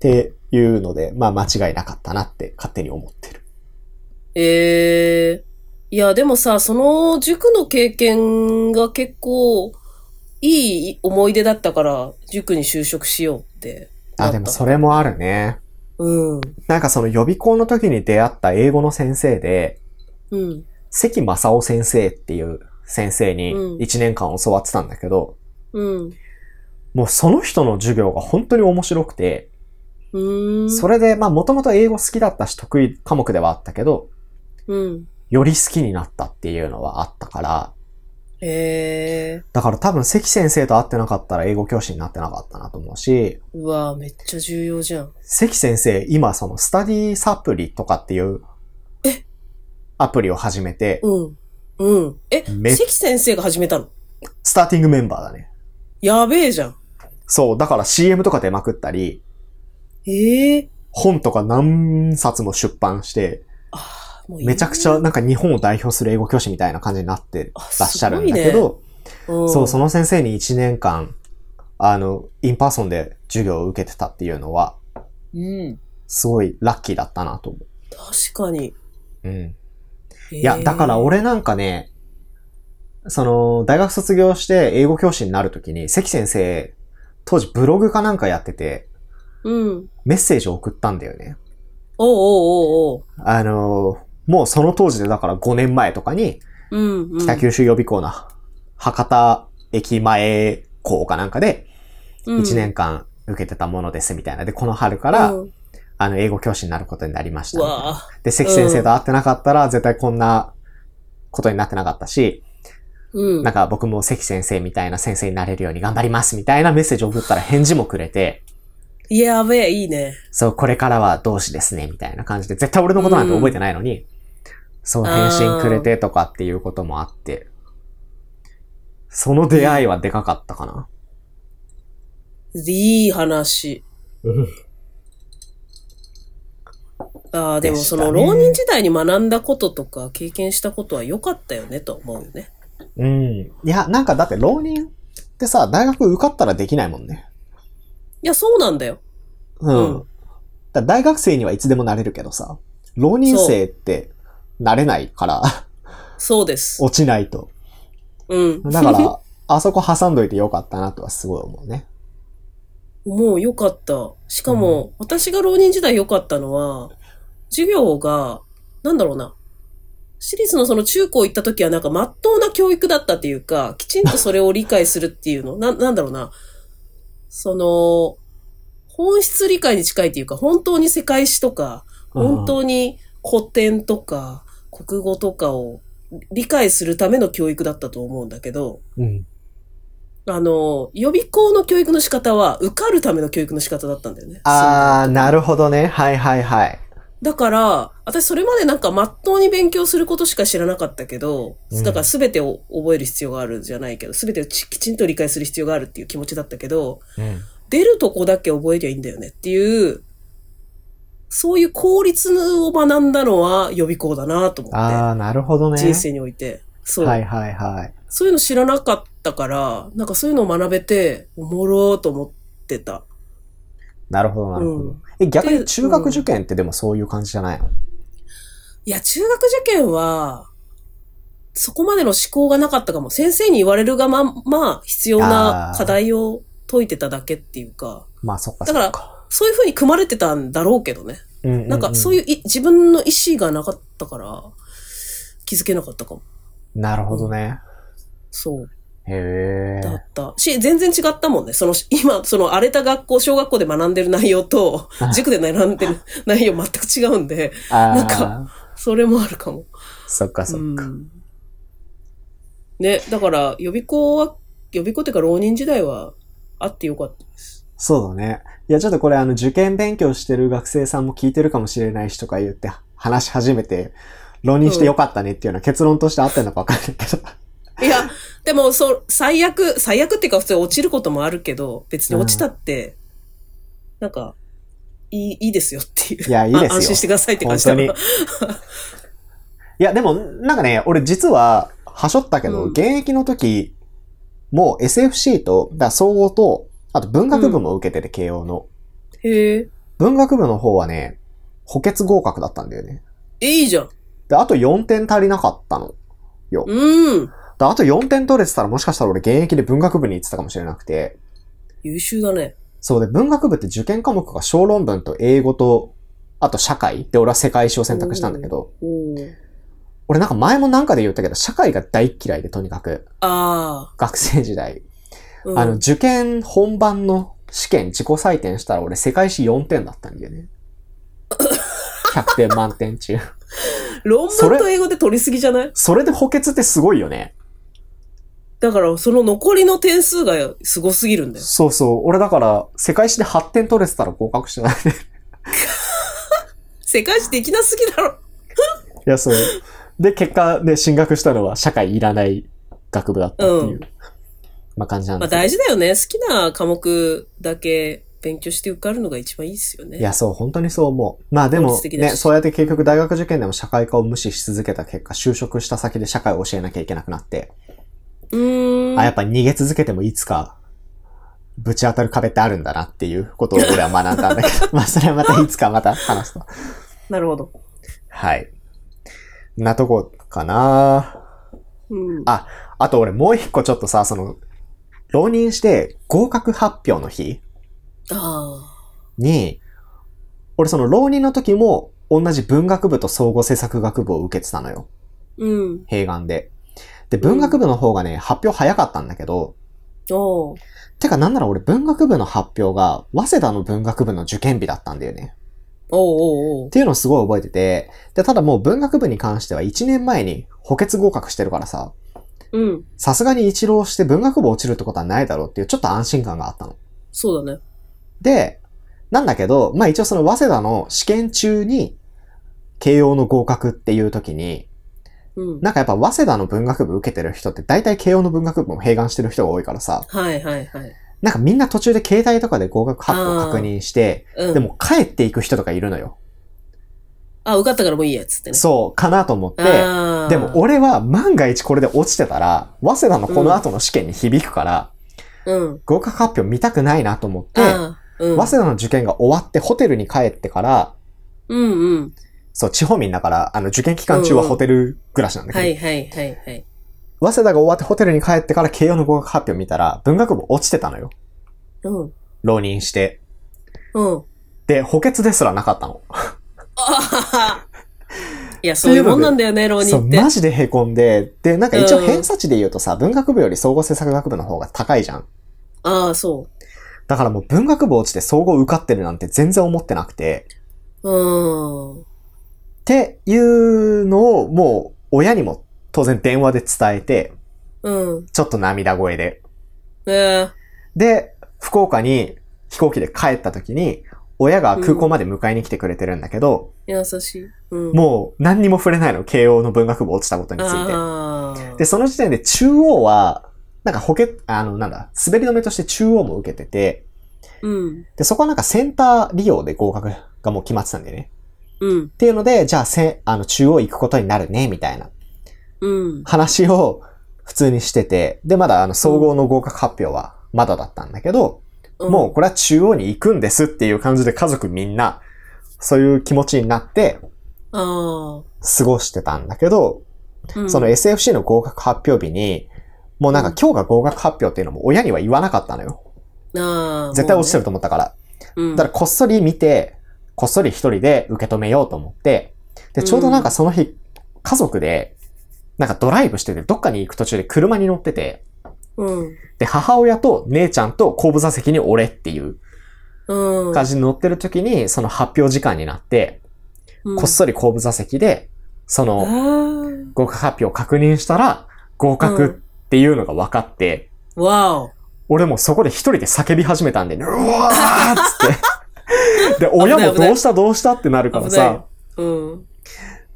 A: ていうので、まあ間違いなかったなって勝手に思ってる。
B: ええいや、でもさ、その塾の経験が結構いい思い出だったから、塾に就職しようって。
A: あ、でもそれもあるね。
B: うん。
A: なんかその予備校の時に出会った英語の先生で、
B: うん。
A: 関正夫先生っていう先生に
B: うん
A: 1年間教わってたんだけど、
B: うん。
A: もうその人の授業が本当に面白くて、
B: うーん。
A: それで、まあもともと英語好きだったし得意科目ではあったけど、
B: うん。
A: より好きになったっていうのはあったから、
B: ええ
A: だから多分関先生と会ってなかったら英語教師になってなかったなと思うし、
B: うわめっちゃ重要じゃん。
A: 関先生今そのスタディサプリとかっていうアプリを始めて、
B: うん。うん。え、
A: め
B: 関先生が始めたの
A: スターティングメンバーだね。
B: やべえじゃん。
A: そう、だから CM とか出まくったり、
B: ええ
A: 本とか何冊も出版して、
B: あーもういい
A: めちゃくちゃなんか日本を代表する英語教師みたいな感じになってらっしゃるんだけ
B: あすごい
A: ど、
B: うん
A: そう、その先生に1年間、あの、インパーソンで授業を受けてたっていうのは、
B: うん。
A: すごいラッキーだったなと思
B: 確かに。
A: う。うん。
B: い
A: いや、だから、俺なんかね、その、大学卒業して英語教師になるときに、関先生、当時ブログかなんかやってて、
B: うん。
A: メッセージを送ったんだよね。
B: おうおうおうおう。
A: あの、もうその当時でだから5年前とかに、
B: うん、うん。
A: 北九州予備校の博多駅前校かなんかで、1年間受けてたものですみたいな。で、この春か、
B: からうん、
A: あの、英語教師になることになりましたみたいな
B: わあ
A: で、関先生と会ってなかったら、絶対こんなことになってなかったし、
B: うん。
A: なんか僕も関先生みたいな先生になれるように頑張りますみたいなメッセージを送ったら返事もくれて、
B: やべえ、いいね。
A: そう、これからは同志ですね、みたいな感じで、絶対俺のことなんて覚えてないのに、そう、返信くれてとかっていうこともあって、その出会いはでかかったかな。
B: いい話。ああ、でもそ
A: でした
B: の
A: ね
B: 浪人時代に学んだこととか経験したことは良かったよねと思うよね。
A: うん。いや、なんかだって浪人ってさ、大学受かったらできないもんね。
B: いや、そうなんだよ。
A: うん。
B: うん
A: だ大学生にはいつでもなれるけどさ、浪人生ってなれないから、
B: そうです。
A: 落ちないと。
B: うん。
A: だ
B: *laughs*
A: から、 *laughs* あそこ挟んどいてよかったなとはすごい思うね。
B: もう良かった。しかも、私が浪人時代良かったのは、授業が、なんだろうな。私立のその中高行った時はなんか真っ当な教育だったっていうか、きちんとそれを理解するっていうの。な、なんだろうな。その、本質理解に近いっていうか、本当に世界史とか、 *laughs* 本
A: うん
B: 当に古典とか、国語とかを理解するための教育だったと思うんだけど、
A: うん。
B: あの、予備校の教育の仕方は、受かるための教育の仕方だったんだよね。
A: あー、なるほどね。はいはいはい。
B: だから、私それまでなんか、まっとうに勉強することしか知らなかったけど、
A: うん
B: だから全てを覚える必要があるじゃないけど、全てをちきちんと理解する必要があるっていう気持ちだったけど、
A: うん。
B: 出るとこだけ覚えりゃいいんだよねっていう、そういう効率を学んだのは予備校だなと思っ
A: あー、なるほどね。
B: て、人生において。そう。
A: はいはいはい。
B: そういうの知らなかったから、なんかそういうのを学べて、おもろーと思ってた。
A: なるほどなるほど。
B: うん
A: え、逆
B: で
A: に中学受験ってでもそういう感じじゃないの、
B: いや、中学受験は、そこまでの思考がなかったかも。先生に言われるがまんま、必要な
A: あー
B: 課題を解いてただけっていうか、
A: まあそっかそ
B: だ
A: っ
B: から
A: か。
B: そういう風に組まれてたんだろうけどね。
A: うん
B: なんかそう
A: い
B: いうい自分の意思がなかったから、気づけなかったかも。
A: うん。なるほどね。
B: そう、
A: へ
B: だ
A: え。
B: った。し、全然違ったもんね。その、今、その荒れた学校、小学校で学んでる内容と、塾で学んでる内容全く違うんで、
A: あー
B: なんかそれもあるかも。
A: そっかそっか。
B: うんね、だから予備校は、予備校っていうか浪人時代はあってよかったです。
A: そうだね。いや、ちょっとこれ、あの、受験勉強してる学生さんも聞いてるかもしれないしとか言って話し始めて、浪人してよかったねっていうのは結論として合ってるのかわかんないけど。 *laughs*
B: いや、でもそう、最悪、最悪っていうか普通に落ちることもあるけど、別に落ちたって、なんか、いい、いいですよっていう。
A: いやいいですよ
B: あ安心してくださいって
A: 本
B: 感じだ
A: 当
B: な
A: に。いや、でも、なんかね、俺実は、はしょったけど、
B: うん
A: 現役の時、もう SFC と、だから総合と、あと文学部も受けてて、慶応の。
B: へえ。
A: 文学部の方はね、補欠合格だったんだよね。
B: えいいじゃん。
A: で、あと4点足りなかったの。
B: うん。
A: であと4点取れてたらもしかしたら俺現役で文学部に行ってたかもしれなくて。
B: 優秀だね。
A: そうで、文学部って受験科目が小論文と英語と、あと社会で、俺は世界史を選択したんだけど、
B: おー
A: 俺なんか前もなんかで言ったけど、社会が大嫌いで、とにかく、
B: あ
A: 学生時代。
B: あ。うん
A: あの、受験本番の試験、自己採点したら俺世界史4点だったんだ
B: *laughs*
A: よね。100点満点中。
B: 論
A: そ
B: 文
A: れ
B: と英語で取りすぎじゃない
A: それで補欠ってすごいよね。
B: だから、その残りの点数がすごすぎるんだよ。
A: そうそう。俺だから、世界史で8点取れてたら合格してないね。
B: 世界史できなすぎだろ。
A: いや、そう。で、結果ね、進学したのは社会いらない学部だったっていう、
B: うん
A: まあ感じなん
B: ま
A: だ
B: あ
A: けど。
B: 大事だよね。好きな科目だけ勉強して受かるのが一番いいですよね。
A: いや、そう、本当にそう思う。まあでも
B: 効率、的だ
A: ね、
B: し
A: そうやって結局大学受験でも社会科を無視し続けた結果、就職した先で社会を教えなきゃいけなくなって、
B: うーん。
A: あ、やっぱ逃げ続けてもいつか、ぶち当たる壁ってあるんだなっていうことを俺は学んだんだ
B: *laughs*
A: けど、まあそれはまたいつかまた話すと。
B: なるほど。
A: はい。なとこかな
B: うん。
A: あ、あと俺もう一個ちょっとさ、その、浪人して合格発表の日
B: あ
A: に、俺その浪人の時も同じ文学部と総合政策学部を受けてたのよ。
B: ー。うん。
A: 併願で。で、文学部の方がね、発表早かったんだけど、
B: おう
A: てかなんなら俺文学部の発表が、早稲田の文学部の受験日だったんだよね。
B: おうおうおう
A: っていうのをすごい覚えてて、で、ただもう文学部に関しては1年前に補欠合格してるからさ、
B: うん。
A: さすがに一浪して文学部落ちるってことはないだろうっていうちょっと安心感があったの。
B: そうだね。
A: で、なんだけど、まあ一応その早稲田の試験中に、慶応の合格っていう時に、
B: うん。
A: なんかやっぱ早稲田の文学部受けてる人って大体慶応の文学部も併願してる人が多いからさ、
B: はいはいはい。
A: なんかみんな途中で携帯とかで合格発表を確認して、
B: うん。
A: でも帰っていく人とかいるのよ。
B: あ、受かったからもういいや、つってね。
A: そう、かなと思って、
B: あー
A: でも、俺は万が一これで落ちてたら、早稲田のこの後の試験に響くから、
B: うん。
A: 合格発表見たくないなと思って、
B: あーうん。
A: 早稲田の受験が終わってホテルに帰ってから、
B: うんうん。
A: そう、地方民だから、あの、受験期間中はホテル暮らしなんだけど、
B: はいはいはいはい。
A: 早稲田が終わってホテルに帰ってから慶応の合格発表見たら、文学部落ちてたのよ。
B: うん。
A: 浪人して。
B: うん。 *laughs*
A: で、補欠ですらなかったの。
B: あははいや、そういうもんなんだよね、浪
A: そう、
B: 人って。
A: マジで凹んで、で、なんか一応
B: うん
A: 偏差値で言うとさ、文学部より総合政策学部の方が高いじゃん。
B: ああ、そ
A: だからもう文学部落ちて総合受かってるなんて全然思ってなくて、
B: う。うん。
A: っていうのをもう親にも当然電話で伝えて、
B: うん。
A: ちょっと涙声で。
B: ええ
A: で、福岡に飛行機で帰った時に、親が空港まで迎えに来てくれてるんだけど、
B: 優しい。うん。
A: もう何にも触れないの、慶応の文学部落ちたことについて。
B: ああ。
A: で、その時点で中央は、なんか補欠、あの、なんだ、滑り止めとして中央も受けてて、
B: うん。
A: で、そこはなんかセンター利用で合格がもう決まってたんだよね。
B: うん
A: っ。ていうので、じゃあせ、あの、中央行くことになるね、みたいな
B: うん。
A: 話を普通にしてて、で、まだあの、総合の合格発表はまだだったんだけど、もうこれは中央に行くんですっていう感じで家族みんな、そういう気持ちになって
B: うん。あ
A: 過ごしてたんだけど、
B: あ。
A: その
B: うん
A: SFC の合格発表日に、もうなんか今日が合格発表っていうのも親には言わなかったのよ。
B: ああ。
A: 絶対落ちて
B: る。
A: ると思ったから。
B: うん。
A: だからこっそり見て、こっそり一人で受け止めようと思って、で、ちょうどなんかその日、家族で、なんかドライブしてて、どっかに行く途中で車に乗ってて、
B: うん。
A: で、母親と姉ちゃんと後部座席に俺っていう
B: うん。
A: 感じに乗ってる時に、その発表時間になって、
B: うん
A: こっそり後部座席で、そ
B: あ
A: の
B: あ。
A: 合格発表を確認したら、合格っていうのが分かって、
B: わお。
A: 俺もうそこで一人で叫び始め
B: *laughs*
A: たんで、うわーっつって。で、親もどうしたどうしたってなるから
B: 危な
A: さ
B: い、。うん。
A: っ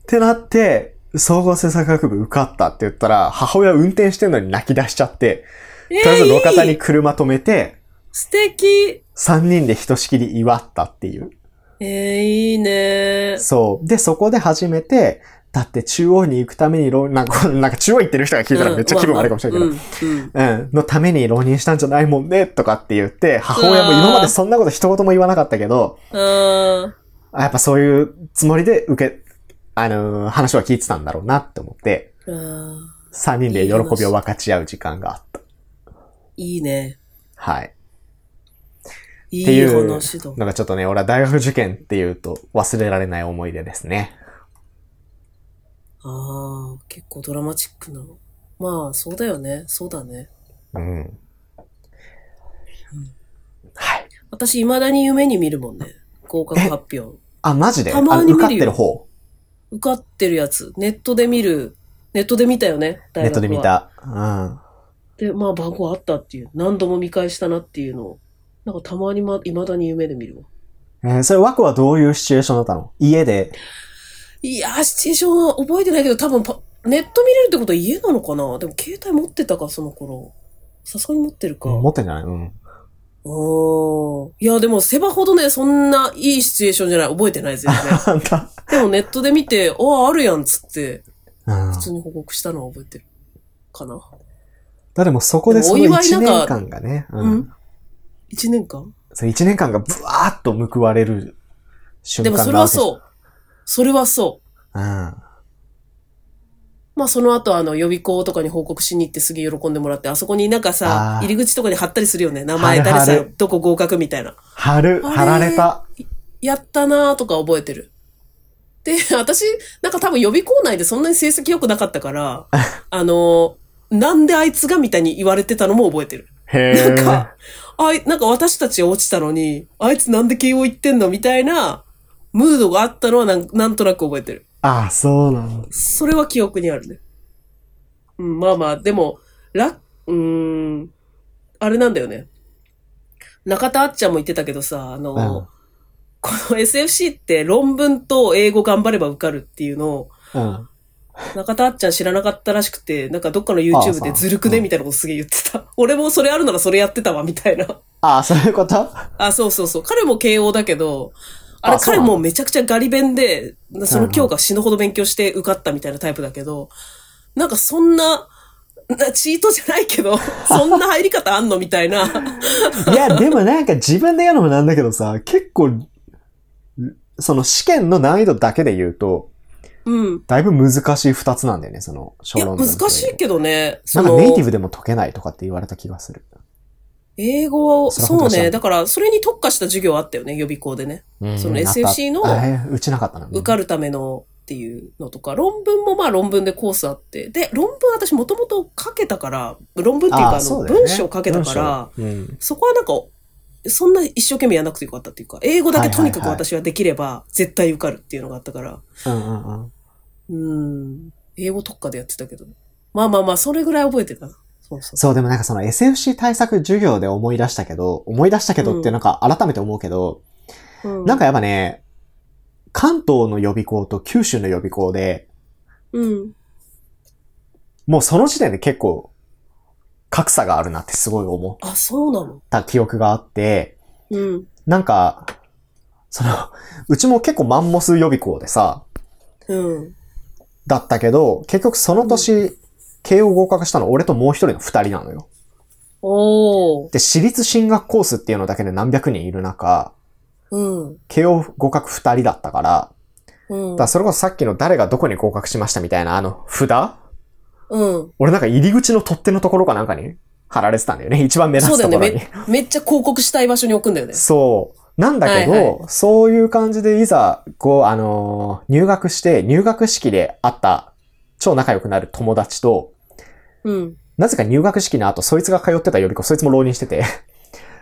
A: てなって、総合政策学部受かったって言ったら、母親運転してんのに泣き出しちゃって、
B: え
A: とりあえず
B: ー
A: 路肩
B: い
A: に
B: い
A: 車止めて、
B: 素敵。
A: 3人でひとしきり祝ったっていう。
B: えー、いいね。
A: そう。で、そこで初めて、だって中央に行くために浪、なんか、なんか中央行ってる人が聞いたらめっちゃ気分悪いかもしれないけど、
B: けど。うんうん
A: うん、のために浪人したんじゃないもんね、とかって言って、母親も今までそんなこと一言も言わなかったけど、
B: あー
A: あやっぱそういうつもりで受け、あのー話は聞いてたんだろうなって思って、
B: あー。
A: 3人で喜びを分かち合う時間があった。
B: いいね。
A: はい。
B: い
A: ってい
B: いう話だ。
A: のがちょっとね、俺は大学受験っていうと忘れられない思い出ですね。
B: ああ、結構ドラマチックな。まあ、そうだよね。そうだね。
A: うん。はい。
B: 私、未だに夢に見るもんね。合格発表。
A: あ、マジで
B: たまに見る
A: あ
B: よ
A: の受かってる方。
B: 受かってるやつ。ネットで見る。ネットで見たよね。
A: ネ
B: 大
A: ット
B: 学は
A: で見。た。うん。
B: で、まあ、番号あったっていう。何度も見返したなっていうのを。なんか、たまにま、未だに夢で見るわ。
A: えーそれ枠はどういうシチュエーションだったの家で。
B: いやー、シチュエーションは覚えてないけど、多分パ、ネット見れるってことは家なのかなでも、携帯持ってたか、その頃。さすがに持ってるか。
A: 持ってんじゃないうん。
B: おーいや、でも、セバほどね、そんないいシチュエーションじゃない。覚えてない、全
A: *laughs*
B: 然。
A: あんた。
B: でも、ネットで見て、ああ、あるやん、つって、
A: うん。
B: 普通に報告したのは覚えてる。かな。
A: だでもそこでその
B: で
A: 1
B: もお祝いなんか
A: 年間がね。う
B: うんん。一年間
A: それ1年間がブワーッと報われる瞬
B: で
A: 間
B: も、
A: が
B: それは
A: う。
B: そう。それはそう。
A: うん。
B: まあその後あの予備校とかに報告しに行ってすげえ喜んでもらって、あそこになんかさ
A: あ、ー
B: 入り口とかに貼ったりするよね。名前、
A: 貼る
B: 誰
A: 貼る
B: さん、どこ合格みたいな。
A: 貼る、
B: あれ
A: 貼られた。
B: やったなーとか覚えてる。で、 *laughs* 私、なんか多分予備校内でそんなに成績良くなかっ
A: *laughs*
B: たから、あのー、なんであいつがみたいに言われてたのも覚えてる。
A: へ
B: なんか、あい、なんか私たち落ちたのに、あいつなんで慶応行ってんのみたいな、ムードがあったのはなんなんとなく覚えてる。
A: ああ、そうなんだ。
B: それは記憶にあるね。うん、まあまあ、でも、ら、うーん、あれなんだよね。中田あっちゃんも言ってたけどさ、あの、
A: うん
B: この SFC って論文と英語頑張れば受かるっていうのを、
A: うん。
B: 中田あっちゃん知らなかったらしくて、なんかどっかの
A: ああ
B: YouTube
A: そ
B: で
A: う
B: ずるくねみたいなことすげえ言ってた。俺もそれあるならそれやってたわ、みたいな。
A: ああ、そういうこと
B: あ、そうそうそう。彼も慶応だけど、あれ
A: あそう
B: 彼
A: なの
B: もうめちゃくちゃガリ勉で、その教科死ぬほど勉強して受かったみたいなタイプだけど、なんかそんな、なチートじゃない
A: *laughs*
B: けど、そんな入り方あんのみたいな。
A: いや、でもなんか自分で言うのもなんだけどさ、結構、その試験の難易度だけで言うと、
B: うん。
A: だいぶ難しい二つなんだよね、その小
B: いや、
A: 論文
B: 難
A: と
B: しいけどね。そ
A: なんか
B: の、
A: ネイティブでも解けないとかって言われた気がする。
B: 英語を、
A: それは
B: そ
A: 本
B: う
A: 当に知ら
B: ね。
A: ん
B: だから、それに特化した授業あったよね、予備校でね。
A: うん
B: その
A: なった
B: SFC の
A: あえうちなかったな。
B: 受かるためのっていうのとか、論文もまあ論文でコースあって、で、論文私もともと書けたから、論文っていうか、あの、文章書けたから、、
A: そうだよね文章うん
B: そこはなんか、そんな一生懸命やんなくてよかったっていうか、英語だけとにかく
A: はいはいはい
B: 私はできれば絶対受かるっていうのがあったから、
A: うんうんうん。
B: うん、英語特化でやってたけど。まあまあまあ、それぐらい覚えてた。そうそう。
A: そう、でもなんかその SFC 対策授業で思い出したけど、思い出したけどってなんか改めて思うけど、
B: うん
A: なんか、やっぱね、関東の予備校と九州の予備校で、
B: うん。
A: もうその時点で結構格差があるなってすごい思っ
B: あ、そうなの
A: た記憶があって、
B: うん。
A: なんか、その、うちも結構マンモス予備校でさ、
B: うん。
A: だったけど、結局その年、慶応合格したの俺ともう一人の二人なのよ。
B: おー。
A: で、私立進学コースっていうのだけで何百人いる中、
B: うん。
A: 慶応合格二人だったから、
B: うん
A: だから。それこそさっきの誰がどこに合格しましたみたいなあの札
B: うん。
A: 俺なんか入り口の取っ手のところかなんかに貼られてたんだよね。一 *laughs* 番目立
B: そう
A: つ
B: だ
A: と
B: よ
A: こ
B: ね。
A: ろに。
B: めめっちゃ広告したい場所に置くんだよね。
A: そう。なんだけど、
B: はいはい
A: そういう感じでいざ、こう、あのー入学して、入学式で会った、超仲良くなる友達と、
B: うん。
A: なぜか入学式の後、そいつが通ってた予備校、そいつも浪人してて、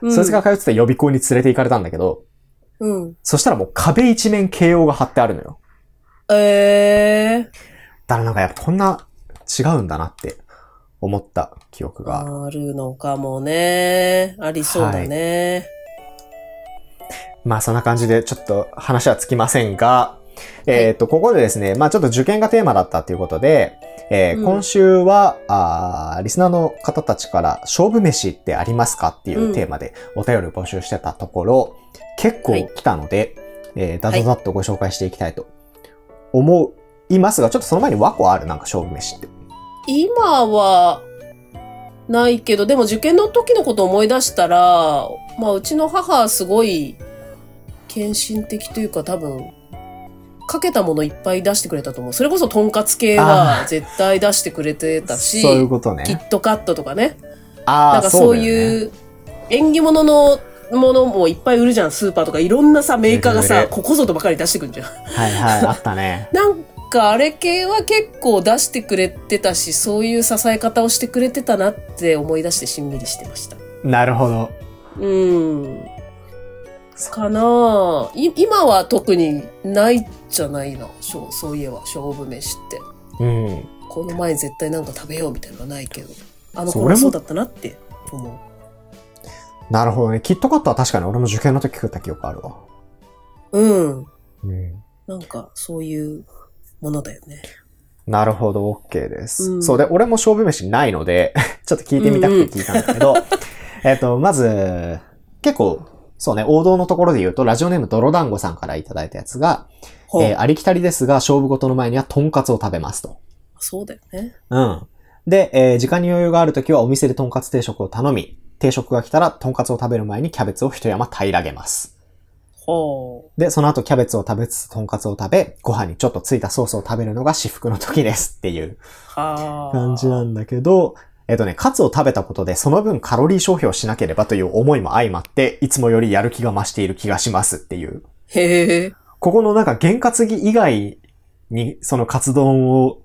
B: うん
A: そいつが通ってた予備校に連れて行かれたんだけど、
B: うん。
A: そしたらもう壁一面慶応が貼ってあるのよ。
B: えー。
A: だからなんかやっぱこんな違うんだなって思った記憶が。
B: あるのかもね。ありそうだね。
A: まあそんな感じでちょっと話はつきませんが、えっ、と、ここでですね、まあちょっと受験がテーマだったということで、えー
B: うん
A: 今週は、あーリスナーの方たちから勝負飯ってありますかっていうテーマでお便り募集してたところ、結構来たので、えー、だだだっとご紹介していきたいと思いますが、ちょっとその前に和光あるなんか勝負飯って。
B: 今は、ないけど、でも受験の時のこと思い出したら、まあ、うちの母はすごい、献身的というか多分、かけたものいっぱい出してくれたと思う。それこそ、とんかつ系
A: あ
B: は
A: ー
B: 絶対出してくれてたし、
A: そういうこと
B: キ
A: ね。
B: ットカットとかね。
A: あ
B: なん
A: あ、
B: かそう
A: だよね
B: いう縁起物のものもいっぱい売るじゃん、スーパーとかいろんなさ、メーカーが
A: 売る売
B: さ、
A: る
B: ここぞとばかり出してくるじゃん。
A: はいはい、あったね。
B: なんかあれ系は結構出してくれてたし、そういう支え方をしてくれてたなって思い出してしんみりしてました。
A: *laughs* なるほど。
B: うん。かなあい今は特にないじゃないな、しょうそういえば、勝負飯って。
A: うん。
B: この前絶対なんか食べようみたいなのはないけど、あの
A: そ
B: 頃
A: れも
B: そうだったなって思う。
A: なるほどね。キットカットは確かに俺も受験の時食った記憶あるわ。
B: うん。
A: うん。
B: なんか、そういうものだよね。
A: なるほど、OK です。
B: うん
A: そうで、俺も勝負飯ないので、 *laughs* ちょっと聞いてみたくて聞いたんだけど、 *laughs* えっと、まず、結構、そうね、王道のところで言うと、ラジオネーム泥団子さんからいただいたやつが、
B: ほう
A: えーありきたりですが、勝負事の前にはとんかつを食べますと。
B: そうだよね。
A: うん。で、えー時間に余裕があるときはお店でとんかつ定食を頼み、定食が来たらとんかつを食べる前にキャベツを一山平らげます。
B: ほ
A: で、その後キャベツを食べつつ、とんかつを食べ、ご飯にちょっとついたソースを食べるのが至福の時ですっていう
B: う。はあ。
A: 感じなんだけど、えっとね、カツを食べたことでその分カロリー消費をしなければという思いも相まって、いつもよりやる気が増している気がしますっていう。
B: へえ。
A: ここのなんか験担ぎ以外に、そのカツ丼を、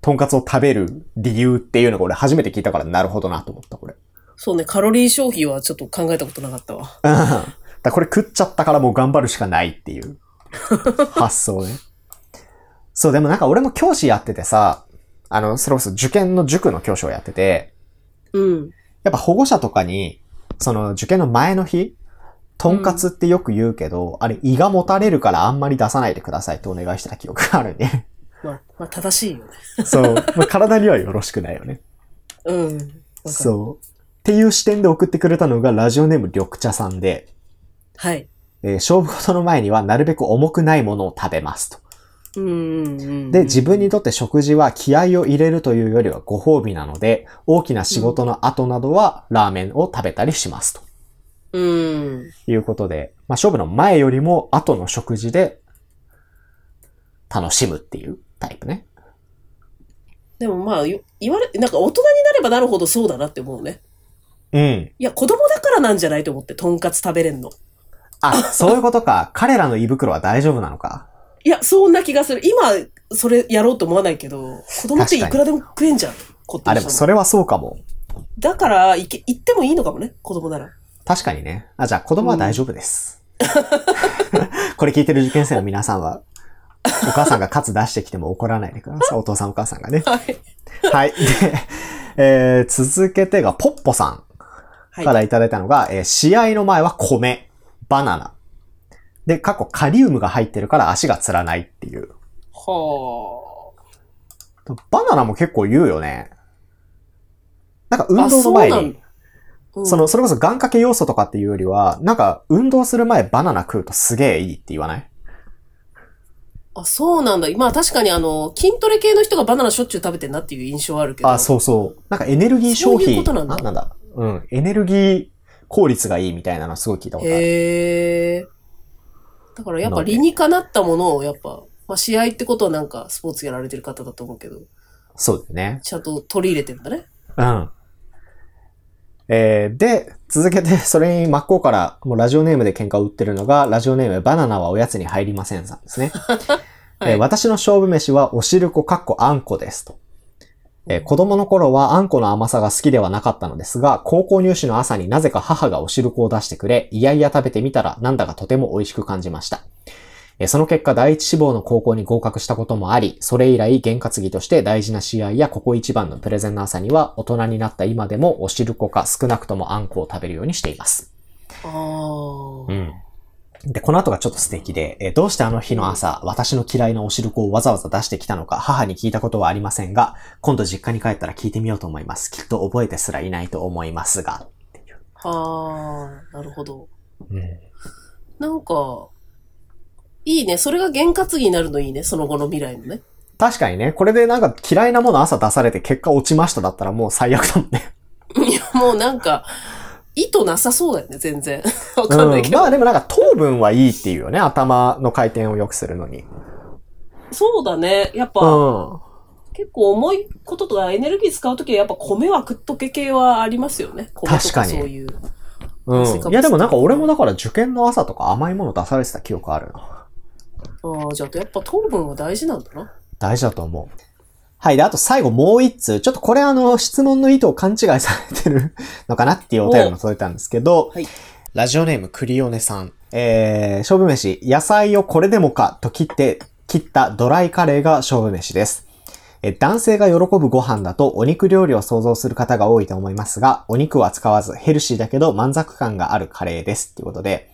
A: とんかつを食べる理由っていうのが俺初めて聞いたからなるほどなと思った、これ。
B: そうね、カロリー消費はちょっと考えたことなかったわ。
A: うん。だからこれ食っちゃったからもう頑張るしかないっていう発想ね。そう、でもなんか俺も教師やっててさ、あの、それこそ受験の塾の教師をやってて、
B: うん。
A: やっぱ保護者とかに、その受験の前の日、とんかつってよく言うけど、あれ胃がもたれるからあんまり出さないでくださいってお願いしてた記憶があるね。
B: まあ、まあ、正しいよね。
A: そう。まあ体にはよろしくないよね。
B: うん。わかる
A: そう。っていう視点で送ってくれたのがラジオネーム緑茶さんで、
B: はい。
A: ええー勝負事の前にはなるべく重くないものを食べますと。
B: うんうん。
A: で、自分にとって食事は気合を入れるというよりはご褒美なので、大きな仕事の後などはラーメンを食べたりしますと。
B: うん。
A: いうことで、まあ、勝負の前よりも後の食事で楽しむっていうタイプね。
B: でもまあ、よ言われ、なんか大人になればなるほどそうだなって思うね。
A: うん。
B: いや、子供だからなんじゃないと思って、とんかつ食べれんの。
A: あ、そういうことか。彼らの胃袋は大丈夫なのか。
B: いや、そんな気がする。今、それやろうと思わないけど、子供っていくらでも食えんじゃん。こっ
A: あ、
B: て
A: でもそれはそうかも。
B: だから、いけ、行ってもいいのかもね、子供なら。
A: 確かにね。あ、じゃあ子供は大丈夫です。 *laughs* これ聞いてる受験生の皆さんは、お母さんがカツ出してきても怒らないでください。お父さんお母さんがね。
B: はい。
A: はい。で、えー続けてが、ポッポさ
B: は
A: ん
B: い
A: からいただいたのが、えー試合の前は米、バナナ。で、過去カリウムが入ってるから足がつらないっていう。
B: は
A: バナナも結構言うよね。なんか運
B: あ。
A: 動の前に、。
B: あそうなんうん
A: その、それこそ願掛け要素とかっていうよりは、なんか運動する前バナナ食うとすげえいいって言わない
B: あ、そうなんだ。まあ確かにあの、筋トレ系の人がバナナしょっちゅう食べてんなっていう印象はあるけど。
A: あ、そうそう。なんかエネルギー消
B: そうい
A: 費。
B: うことなんだ
A: あなんだ。うん。エネルギー効率がいいみたいなのすごい聞いたことある。
B: へえ。だからやっぱ理にかなったものをやっぱ、まあ試合ってことはなんかスポーツやられてる方だと思うけど、
A: そうだよね。
B: ちゃんと取り入れてんだね。
A: うん。えーで、続けて、 *laughs* それに真っ向から、もうラジオネームで喧嘩を売ってるのが、ラジオネーム、バナナはおやつに入りませんさんですね。
B: *laughs* はい
A: えー私の勝負飯は、おしるこかっこあんこですと。えー子供の頃はあんこの甘さが好きではなかったのですが、高校入試の朝になぜか母がおしるこを出してくれ、いやいや食べてみたらなんだかとても美味しく感じました。えーその結果第一志望の高校に合格したこともあり、それ以来験担ぎとして大事な試合やここ一番のプレゼンの朝には大人になった今でもおしるこか少なくともあんこを食べるようにしています。
B: あ
A: う
B: あ。
A: ん。で、この後がちょっと素敵で、えーどうしてあの日の朝、私の嫌いなお汁粉をわざわざ出してきたのか、母に聞いたことはありませんが、今度実家に帰ったら聞いてみようと思います。きっと覚えてすらいないと思いますが。
B: はあ、なるほど。
A: うん、
B: なんか、いいね。それが験担ぎになるのいいね。その後の未来のね。 *laughs*
A: 確かにね、これでなんか嫌いなもの朝出されて結果落ちましただったらもう最悪だもんね。
B: いや、もうなんか、意図なさそうだよね、全然。 *laughs* わかんないけ
A: うん、
B: ど。
A: まあでもなんか糖分はいいっていうよね、頭の回転を良くするのに。
B: そうだね。やっぱ、
A: うん。
B: 結構重いこととかエネルギー使うときはやっぱ米は食っとけ系はありますよね。米と
A: 確かに
B: そういう。
A: うん。いやでもなんか俺もだから受験の朝とか甘いもの出されてた記憶あるな。
B: ああ、じゃあやっぱ糖分は大事なんだな。
A: 大事だと思う。はい。で、あと最後もう一通。ちょっとこれあの、質問の意図を勘違いされてるのかなっていうお便りも届いたんですけど、
B: はい
A: ラジオネームクリオネさん。えー、勝負飯、野菜をこれでもかと切って、切ったドライカレーが勝負飯です。えー男性が喜ぶご飯だとお肉料理を想像する方が多いと思いますが、お肉は使わずヘルシーだけど満足感があるカレーです。ということで、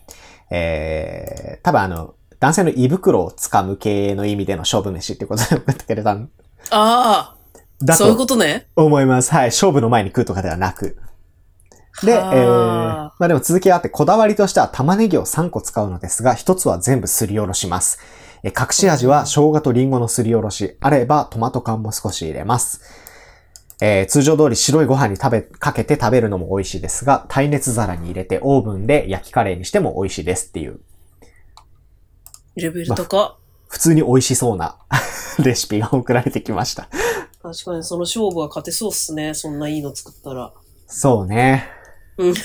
A: えー、多分あの、男性の胃袋を掴む系の意味での勝負飯ってことで送ってくれたん
B: ああ、
A: だ
B: そういう
A: と
B: ことね。
A: 思います。はい。勝負の前に食うとかではなく。で、えー、
B: は
A: まあでも続きがあって、こだわりとしては玉ねぎを3個使うのですが、1つは全部すりおろします。えー隠し味は生姜とリンゴのすりおろし、あればトマト缶も少し入れます。えー通常通り白いご飯に食べ、かけて食べるのも美味しいですが、耐熱皿に入れてオーブンで焼きカレーにしても美味しいですっていう
B: レベル高。
A: 普通に美味しそうな *laughs* レシピが送られてきました。
B: 確かにその勝負は勝てそうっすね。そんないいの作ったら。
A: そうね。
B: うん
A: っ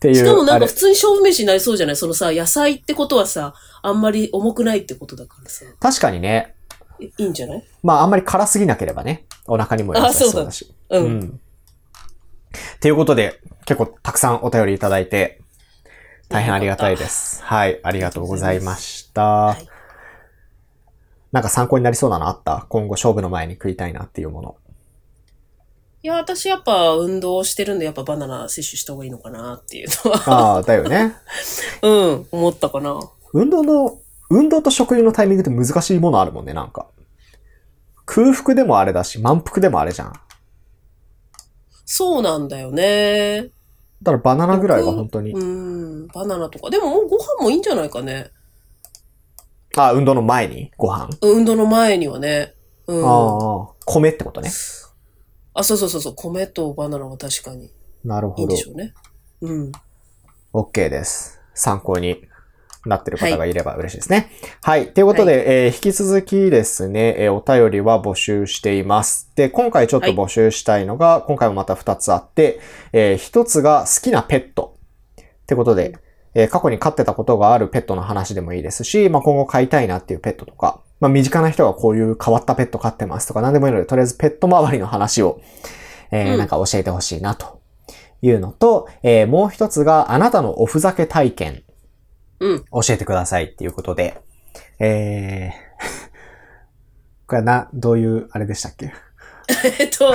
A: ていう。
B: しかもなん
A: あ
B: か
A: れ
B: 普通に勝負飯になりそうじゃないそのさ、野菜ってことはさ、あんまり重くないってことだからさ。
A: 確かにね。
B: いいいんじゃない
A: まああんまり辛すぎなければね。お腹にも優しそうだし。
B: うん。
A: うん。ということで、結構たくさんお便りいただいて、大変ありがたいです。はい、ありがとうございました。
B: い
A: なんか参考になりそうなのあった今後勝負の前に食いたいなっていうも *laughs* の。
B: いや、私やっぱ運動してるんで、やっぱバナナ摂取した方がいいのかなっていうのは、 *laughs*
A: ああ、だよね。
B: うん、思ったかな。
A: 運動の、運動と食事のタイミングって難しいものあるもんね、なんか。空腹でもあれだし、満腹でもあれじゃん。
B: そうなんだよね。
A: だからバナナぐらいは本当に。
B: うん、バナナとか。でももうご飯もいいんじゃないかね。
A: あ、運動の前にご飯。
B: 運動の前にはね。うん。あ
A: ああ、米ってことね。
B: そうそうそうそう。米とバナナは確かに
A: なる
B: いい
A: ほ
B: ん
A: ど
B: でし。ょうね。うん。
A: OK です。参考になってる方がいれば嬉しいですね。はい。ということで、えー引き続きですね、えーお便りは募集しています。で、今回ちょっと
B: はい
A: 募集したいのが、今回もまた2つあって、え1つが好きなペット。ってことで、えー過去に飼ってたことがあるペットの話でもいいですし、まあ、今後飼いたいなっていうペットとか、まあ、身近な人がこういう変わったペット飼ってますとか何でもいいので、とりあえずペット周りの話を、えー
B: うん
A: なんか教えてほしいなというのと、えーもう一つがあなたのおふざけ体験
B: うん。 *laughs*
A: 教えてくださいっていうことで、えー、 *laughs* これはな、どういうあれでしたっけ
B: えっと、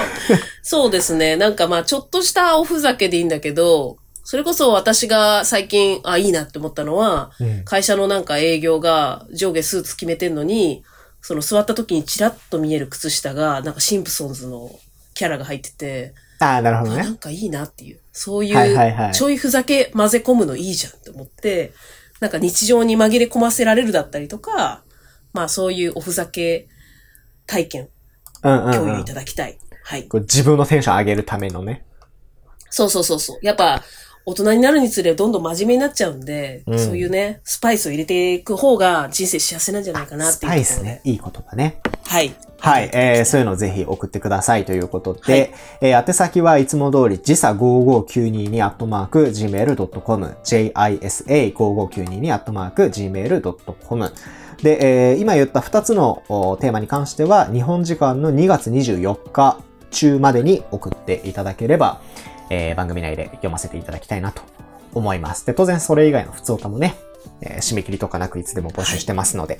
B: そうですね。なんかまあ、ちょっとしたおふざけでいいんだけど、それこそ私が最近、あ、いいなって思ったのは、
A: うん。
B: 会社のなんか営業が上下スーツ決めてんのに、その座った時にチラッと見える靴下が、なんかシンプソンズのキャラが入ってて、
A: ああ、なるほど
B: あな
A: ね。
B: んかいいなっていう、そうい、
A: はいはいはいう
B: ちょいふざけ混ぜ込むのいいじゃんって思って、なんか日常に紛れ込ませられるだったりとか、まあそういうおふざけ体験、
A: うんうん、
B: 共
A: う
B: 有い
A: ん
B: ただきたい。はい。
A: こう。自分のテンション上げるためのね。
B: そうそうそうそう。やっぱ、大人になるにつれどんどん真面目になっちゃうんで、
A: うん
B: そういうね、スパイスを入れていく方が人生幸せなんじゃないかなっ
A: ス
B: ていう
A: パ
B: ところで。
A: イスね。いい言葉ね。
B: はい。
A: はい、えー
B: そ
A: そういうのをぜひ送ってくださいということで、えー宛先はいつも通り時差55922アットマーク gmail.com、jisa55922 アットマーク gmail.com。で、えー今言った2つのおテーマに関しては、日本時間の2月24日中までに送っていただければ、えー番組内で読ませていただきたいなと思います。で、当然それ以外の普通歌もね、えー締め切りとかなくいつでも募集してますので、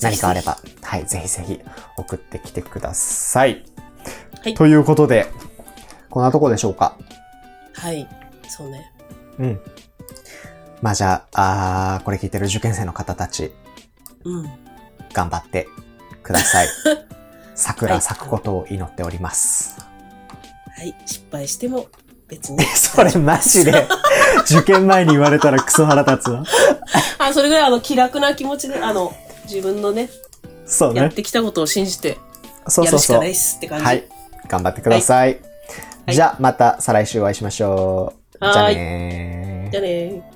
A: 何かあれば、はい、ぜひぜひ送ってきてください。
B: はい
A: ということで、こんなとこでしょうか。
B: はい。そうね。
A: うん。まあじゃあ、あーこれ聞いてる受験生の方たち、
B: うん。
A: 頑張ってくだ
B: *laughs*
A: さい。
B: は
A: 桜
B: い
A: 咲くことを祈っております。。
B: はい。失敗しても別に
A: *laughs* それマジ
B: *laughs*
A: で、受験前に言われたらクソ腹立つわ。
B: あ、それぐらいあの気楽な気持ちで、あの、自分のね、
A: そう
B: やっ
A: ね。
B: てきたことを信じて、
A: そう
B: や
A: そう
B: るし
A: そ
B: か
A: う
B: ない。っすって感じ。
A: はい。頑張ってください。
B: はい
A: じゃあ、また再来週お会いしましょう。
B: はーい
A: じゃあねー
B: じゃあねー。